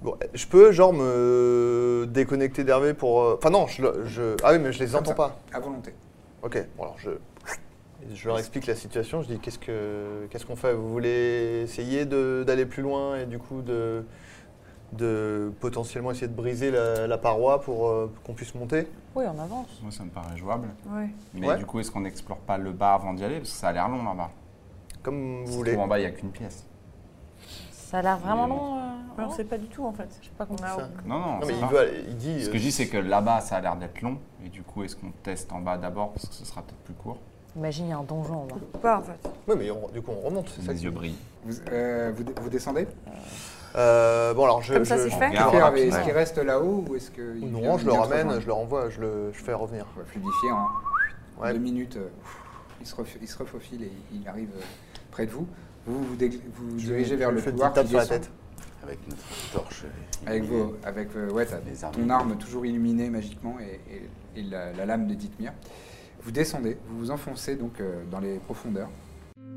S5: Bon, euh, je peux, genre, me déconnecter d'Hervé pour. euh, Enfin, non, je, le- je- Ah oui, mais je les
S1: Comme
S5: entends
S1: ça,
S5: pas.
S1: À volonté.
S5: Ok, bon, alors je. Je leur explique la situation, je dis qu'est-ce que qu'est-ce qu'on fait Vous voulez essayer de- d'aller plus loin et du coup de, de potentiellement essayer de briser la, la paroi pour euh, qu'on puisse monter
S7: Oui, on avance.
S8: Moi, ça me paraît jouable.
S7: Ouais.
S8: Mais
S5: Ouais.
S8: du coup, est-ce qu'on n'explore pas le bas avant d'y aller Parce que ça a l'air long là-bas.
S5: Comme
S8: vous
S5: voulez.
S8: En bas, il n'y a qu'une pièce.
S7: Ça a l'air vraiment long. hein.
S10: On sait pas du tout, en fait. Je sais pas
S7: compris.
S10: a
S5: Ça.
S10: aucune-
S8: Non, non,
S5: Non, mais
S8: c'est
S5: il
S8: pas.
S5: veut aller- il dit,
S8: Ce
S5: euh,
S8: que je dis, c'est que là-bas, ça a l'air d'être long. Et du coup, est-ce qu'on teste en bas d'abord Parce que ce sera peut-être plus court.
S7: Imagine, il y a un donjon en bas.
S4: Pas, en fait.
S5: Oui, mais on- du coup on remonte, c'est ça
S8: Mes yeux brillent.
S1: Vous, euh, vous, vous descendez
S5: Euh, bon, alors je.
S4: Comme ça,
S5: je-
S4: c'est
S5: je-
S4: fait
S5: je
S1: Pierre,
S5: le ramène.
S1: est-ce qu'il reste là-haut ou est-ce que il vient
S5: Non, je le
S1: venir te
S5: ramène,
S1: rejoindre
S5: je le renvoie, je le je fais revenir.
S1: On va fluidifier en deux minutes. euh, Il se, ref- il se refaufile et il arrive euh, près de vous. Vous vous, dég- vous
S5: Je-
S1: dirigez
S5: je
S1: vers
S5: lui
S1: le
S5: fais une
S1: couloir
S5: petite
S1: qui
S5: tape sur la
S1: descend.
S6: Avec notre torche.
S1: Avec, vos, avec euh, ouais, ta-
S6: Les
S1: ton
S6: armes.
S1: arme toujours illuminée magiquement et, et- et la, la lame de Dithmir. Vous descendez, vous vous enfoncez donc euh, dans les profondeurs.